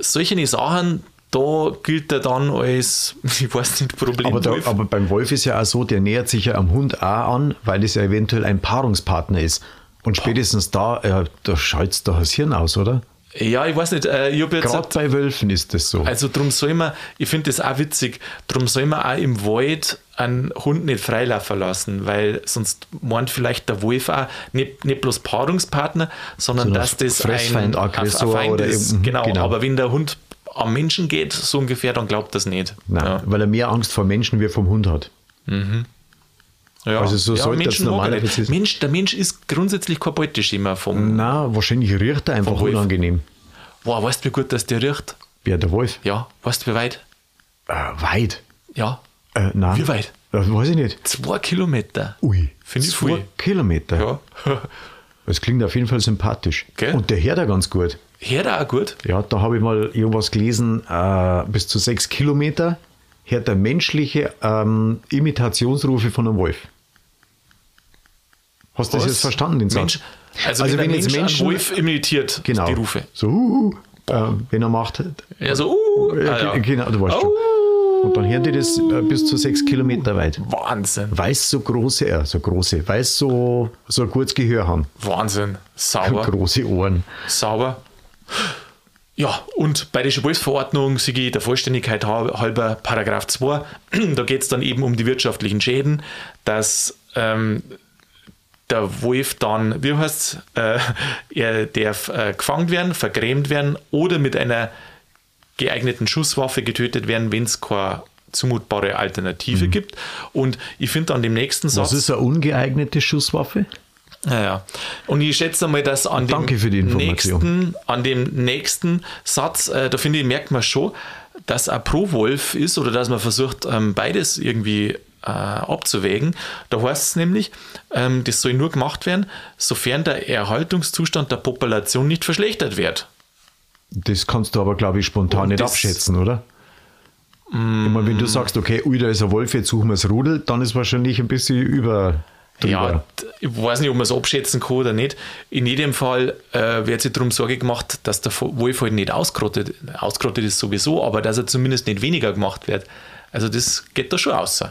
[SPEAKER 1] Solche Sachen, da gilt er dann als, [laughs] ich weiß nicht, Problem.
[SPEAKER 2] Aber, da, aber beim Wolf ist ja auch so, der nähert sich ja am Hund auch an, weil es ja eventuell ein Paarungspartner ist. Und spätestens da, äh, da schalt's doch das Hirn aus, oder?
[SPEAKER 1] ja, ich weiß nicht, äh, ich habe jetzt
[SPEAKER 2] Gerade bei Wölfen ist das so.
[SPEAKER 1] Also drum soll man, ich finde das auch witzig, drum soll man auch im Wald einen Hund nicht freilaufen lassen, weil sonst meint vielleicht der Wolf auch nicht, nicht bloß Paarungspartner, sondern
[SPEAKER 2] Sondern
[SPEAKER 1] dass das
[SPEAKER 2] Fressfeind, Aggressor oder
[SPEAKER 1] ist.
[SPEAKER 2] eben-
[SPEAKER 1] Genau,
[SPEAKER 2] genau.
[SPEAKER 1] aber wenn der Hund am Menschen geht, so ungefähr, dann glaubt das nicht.
[SPEAKER 2] Nein,
[SPEAKER 1] ja.
[SPEAKER 2] weil er mehr Angst vor Menschen wie vom Hund hat.
[SPEAKER 1] Ja.
[SPEAKER 2] also so sollte das
[SPEAKER 1] Menschen mag er
[SPEAKER 2] normalerweise-
[SPEAKER 1] nicht. Mensch, Der Mensch ist grundsätzlich kein Beuteschema vom,
[SPEAKER 2] Na, wahrscheinlich riecht er einfach
[SPEAKER 1] Vom Wolf.
[SPEAKER 2] unangenehm.
[SPEAKER 1] boah, weißt du, wie gut das dir riecht?
[SPEAKER 2] Ja, der Wolf.
[SPEAKER 1] Ja, weißt du, wie weit?
[SPEAKER 2] Äh, weit.
[SPEAKER 1] Ja,
[SPEAKER 2] Äh, nein.
[SPEAKER 1] Wie weit?
[SPEAKER 2] Äh, weiß ich nicht.
[SPEAKER 1] zwei Kilometer.
[SPEAKER 2] Ui.
[SPEAKER 1] Finde ich
[SPEAKER 2] zwei
[SPEAKER 1] viel.
[SPEAKER 2] Kilometer.
[SPEAKER 1] Ja. [laughs]
[SPEAKER 2] Das klingt auf jeden Fall sympathisch.
[SPEAKER 1] Gell?
[SPEAKER 2] Und der hört da ganz gut.
[SPEAKER 1] Hört auch gut.
[SPEAKER 2] Ja, da habe ich mal irgendwas gelesen, äh, bis zu sechs Kilometer hört der menschliche ähm, Imitationsrufe von einem Wolf. Hast du das
[SPEAKER 1] Was?
[SPEAKER 2] jetzt verstanden, den Satz?
[SPEAKER 1] Mensch, also, wenn, ein Mensch einen Wolf imitiert,
[SPEAKER 2] genau,
[SPEAKER 1] die Rufe.
[SPEAKER 2] So, uh, uh, äh, wenn er macht,
[SPEAKER 1] Ja, so, uh,
[SPEAKER 2] äh,
[SPEAKER 1] ah, ja.
[SPEAKER 2] genau, du weißt schon. Und dann hört ihr das äh, bis zu sechs Kilometer weit.
[SPEAKER 1] Wahnsinn,
[SPEAKER 2] Weiß so große, äh, so große, weiß so, so ein gutes Gehör haben.
[SPEAKER 1] Wahnsinn, sauber,
[SPEAKER 2] Große Ohren.
[SPEAKER 1] sauber. Ja, und Bayerische Wolfsverordnung, Sigi, der Vollständigkeit hal- halber, Paragraph 2, [clears throat] da geht es dann eben um die wirtschaftlichen Schäden, dass ähm, der Wolf dann, wie heißt es, äh, [laughs] er darf äh, gefangen werden, vergrämt werden oder mit einer geeigneten Schusswaffe getötet werden, wenn es keine zumutbare Alternative gibt. Und ich finde an dem nächsten Satz.
[SPEAKER 2] Das ist eine ungeeignete Schusswaffe.
[SPEAKER 1] Ja, ja. Und ich schätze mal, dass an dem,
[SPEAKER 2] Danke für die Information.
[SPEAKER 1] nächsten, an dem nächsten Satz, äh, da finde ich, merkt man schon, dass er pro Wolf ist oder dass man versucht, ähm, beides irgendwie äh, abzuwägen. Da heißt es nämlich, ähm, das soll nur gemacht werden, sofern der Erhaltungszustand der Population nicht verschlechtert wird.
[SPEAKER 2] Das kannst du aber, glaube ich, spontan
[SPEAKER 1] Und
[SPEAKER 2] nicht
[SPEAKER 1] das-
[SPEAKER 2] abschätzen, oder? Ich meine, wenn du sagst, okay, ui, da ist ein Wolf, jetzt suchen wir das Rudel, dann ist wahrscheinlich ein bisschen über
[SPEAKER 1] Ja,
[SPEAKER 2] drüber.
[SPEAKER 1] d- ich weiß nicht, ob man es abschätzen kann oder nicht. In jedem Fall äh, wird sich darum Sorge gemacht, dass der Vo- Wolf halt nicht ausgerottet, ausgerottet ist sowieso, aber dass er zumindest nicht weniger gemacht wird. Also das geht da schon aus.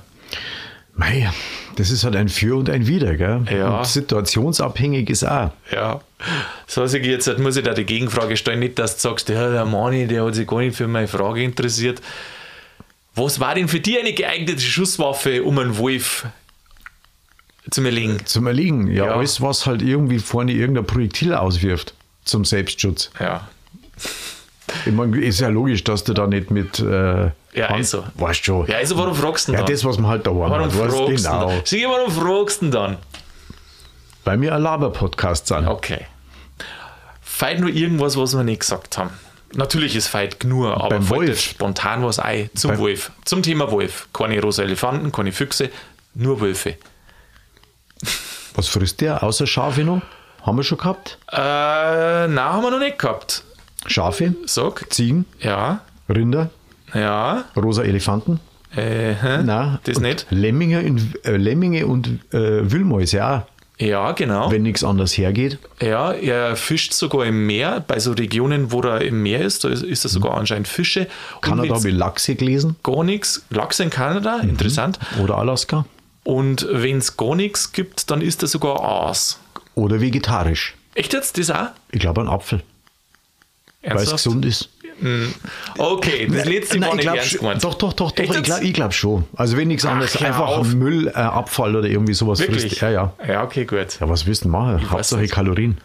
[SPEAKER 2] Mei, das ist halt ein Für und ein Wider, gell?
[SPEAKER 1] Ja.
[SPEAKER 2] Und situationsabhängig ist auch.
[SPEAKER 1] Ja. So, Sigi, jetzt halt muss ich da die Gegenfrage stellen, nicht, dass du sagst, ja, der Mani, der hat sich gar nicht für meine Frage interessiert. Was war denn für dich eine geeignete Schusswaffe, um einen Wolf zu erlegen?
[SPEAKER 2] Zum Erliegen, ja,
[SPEAKER 1] Ja.
[SPEAKER 2] alles, was halt irgendwie vorne irgendein Projektil auswirft, zum Selbstschutz.
[SPEAKER 1] Ja.
[SPEAKER 2] Ich meine, ist ja logisch, dass du da nicht mit. Äh,
[SPEAKER 1] Ja, also.
[SPEAKER 2] Weißt schon.
[SPEAKER 1] Ja, also warum fragst du denn
[SPEAKER 2] Ja,
[SPEAKER 1] dann?
[SPEAKER 2] das, was man halt da war.
[SPEAKER 1] warum fragst du
[SPEAKER 2] Genau.
[SPEAKER 1] denn dann? Sigi, warum fragst du denn dann?
[SPEAKER 2] Weil wir ein Laber-Podcast sind.
[SPEAKER 1] Okay. Fight nur irgendwas, was wir nicht gesagt haben. Natürlich ist Fight nur, aber
[SPEAKER 2] Beim
[SPEAKER 1] fällt
[SPEAKER 2] Wolf.
[SPEAKER 1] jetzt spontan was ein zum
[SPEAKER 2] Beim-
[SPEAKER 1] Wolf. Zum Thema Wolf. Keine rosa Elefanten, keine Füchse, nur Wölfe.
[SPEAKER 2] Was frisst der? Außer Schafe noch? Haben wir schon gehabt?
[SPEAKER 1] Äh, na, haben wir noch nicht gehabt.
[SPEAKER 2] Schafe,
[SPEAKER 1] Sag.
[SPEAKER 2] Ziegen,
[SPEAKER 1] Ja,
[SPEAKER 2] Rinder,
[SPEAKER 1] ja,
[SPEAKER 2] rosa Elefanten.
[SPEAKER 1] Äh, hä?
[SPEAKER 2] Nein,
[SPEAKER 1] das
[SPEAKER 2] und
[SPEAKER 1] nicht.
[SPEAKER 2] Lemminger in, äh, Lemminge und äh, Wühlmäuse auch,
[SPEAKER 1] Ja, genau.
[SPEAKER 2] wenn nichts anderes hergeht.
[SPEAKER 1] Ja, er fischt sogar im Meer, bei so Regionen, wo er im Meer ist, da ist, ist er sogar anscheinend Fische. Und
[SPEAKER 2] Kanada
[SPEAKER 1] wenn's
[SPEAKER 2] habe ich Lachse gelesen
[SPEAKER 1] gar nichts. Lachs in Kanada, interessant.
[SPEAKER 2] oder Alaska
[SPEAKER 1] Und wenn es gar nichts gibt, dann ist er sogar Aas.
[SPEAKER 2] oder vegetarisch.
[SPEAKER 1] Echt jetzt, das auch?
[SPEAKER 2] Ich glaube, ein Apfel, weil es
[SPEAKER 1] Ernsthaft?
[SPEAKER 2] gesund ist.
[SPEAKER 1] Okay, das letzte Mal
[SPEAKER 2] ich
[SPEAKER 1] nicht
[SPEAKER 2] glaub,
[SPEAKER 1] ernst
[SPEAKER 2] schon-
[SPEAKER 1] gemeint.
[SPEAKER 2] doch, doch, doch, doch.
[SPEAKER 1] Echt
[SPEAKER 2] Ich
[SPEAKER 1] jetzt?
[SPEAKER 2] glaube ich glaub schon. Also wenn nichts anderes,
[SPEAKER 1] Ach, hör
[SPEAKER 2] einfach
[SPEAKER 1] auf.
[SPEAKER 2] Müll, äh, Abfall oder irgendwie sowas
[SPEAKER 1] Wirklich?
[SPEAKER 2] frisst. Ja, ja.
[SPEAKER 1] Ja, okay, gut.
[SPEAKER 2] Ja, was willst du machen? Hauptsache
[SPEAKER 1] nicht.
[SPEAKER 2] Kalorien.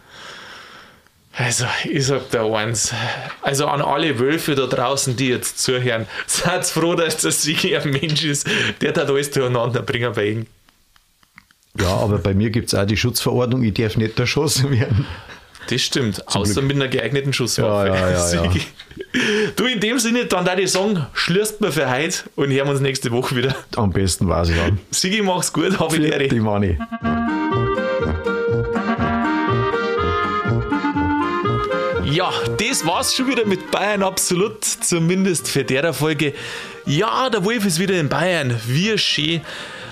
[SPEAKER 1] Also, ich sag da eins. Also an alle Wölfe da draußen, die jetzt zuhören, [laughs] seid froh, dass das wirklich ein Mensch ist, der da alles durcheinander bringen bei ihnen.
[SPEAKER 2] Ja, aber bei mir gibt es auch die Schutzverordnung, ich darf nicht erschossen werden.
[SPEAKER 1] Das stimmt, außer mit einer geeigneten Schusswaffe.
[SPEAKER 2] Ja, ja, ja,
[SPEAKER 1] Also, [laughs]
[SPEAKER 2] ja.
[SPEAKER 1] Du, in dem Sinne, dann da die Song schlürst mir für heute und hören uns nächste Woche wieder.
[SPEAKER 2] Am besten war es dann.
[SPEAKER 1] Sigi, mach's gut, hab ich die Ehre.
[SPEAKER 2] Die Money.
[SPEAKER 1] Ja, das war's schon wieder mit Bayern absolut, zumindest für derer Folge. Ja, der Wolf ist wieder in Bayern. Wie schön.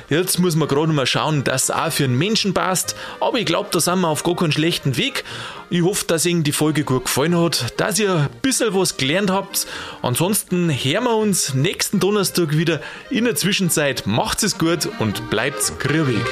[SPEAKER 1] Jetzt muss man gerade mal schauen, dass es auch für einen Menschen passt. Aber ich glaube, da sind wir auf gar keinen schlechten Weg. Ich hoffe, dass Ihnen die Folge gut gefallen hat, dass ihr ein bisschen was gelernt habt. Ansonsten hören wir uns nächsten Donnerstag wieder. In der Zwischenzeit macht's es gut und bleibt grübig.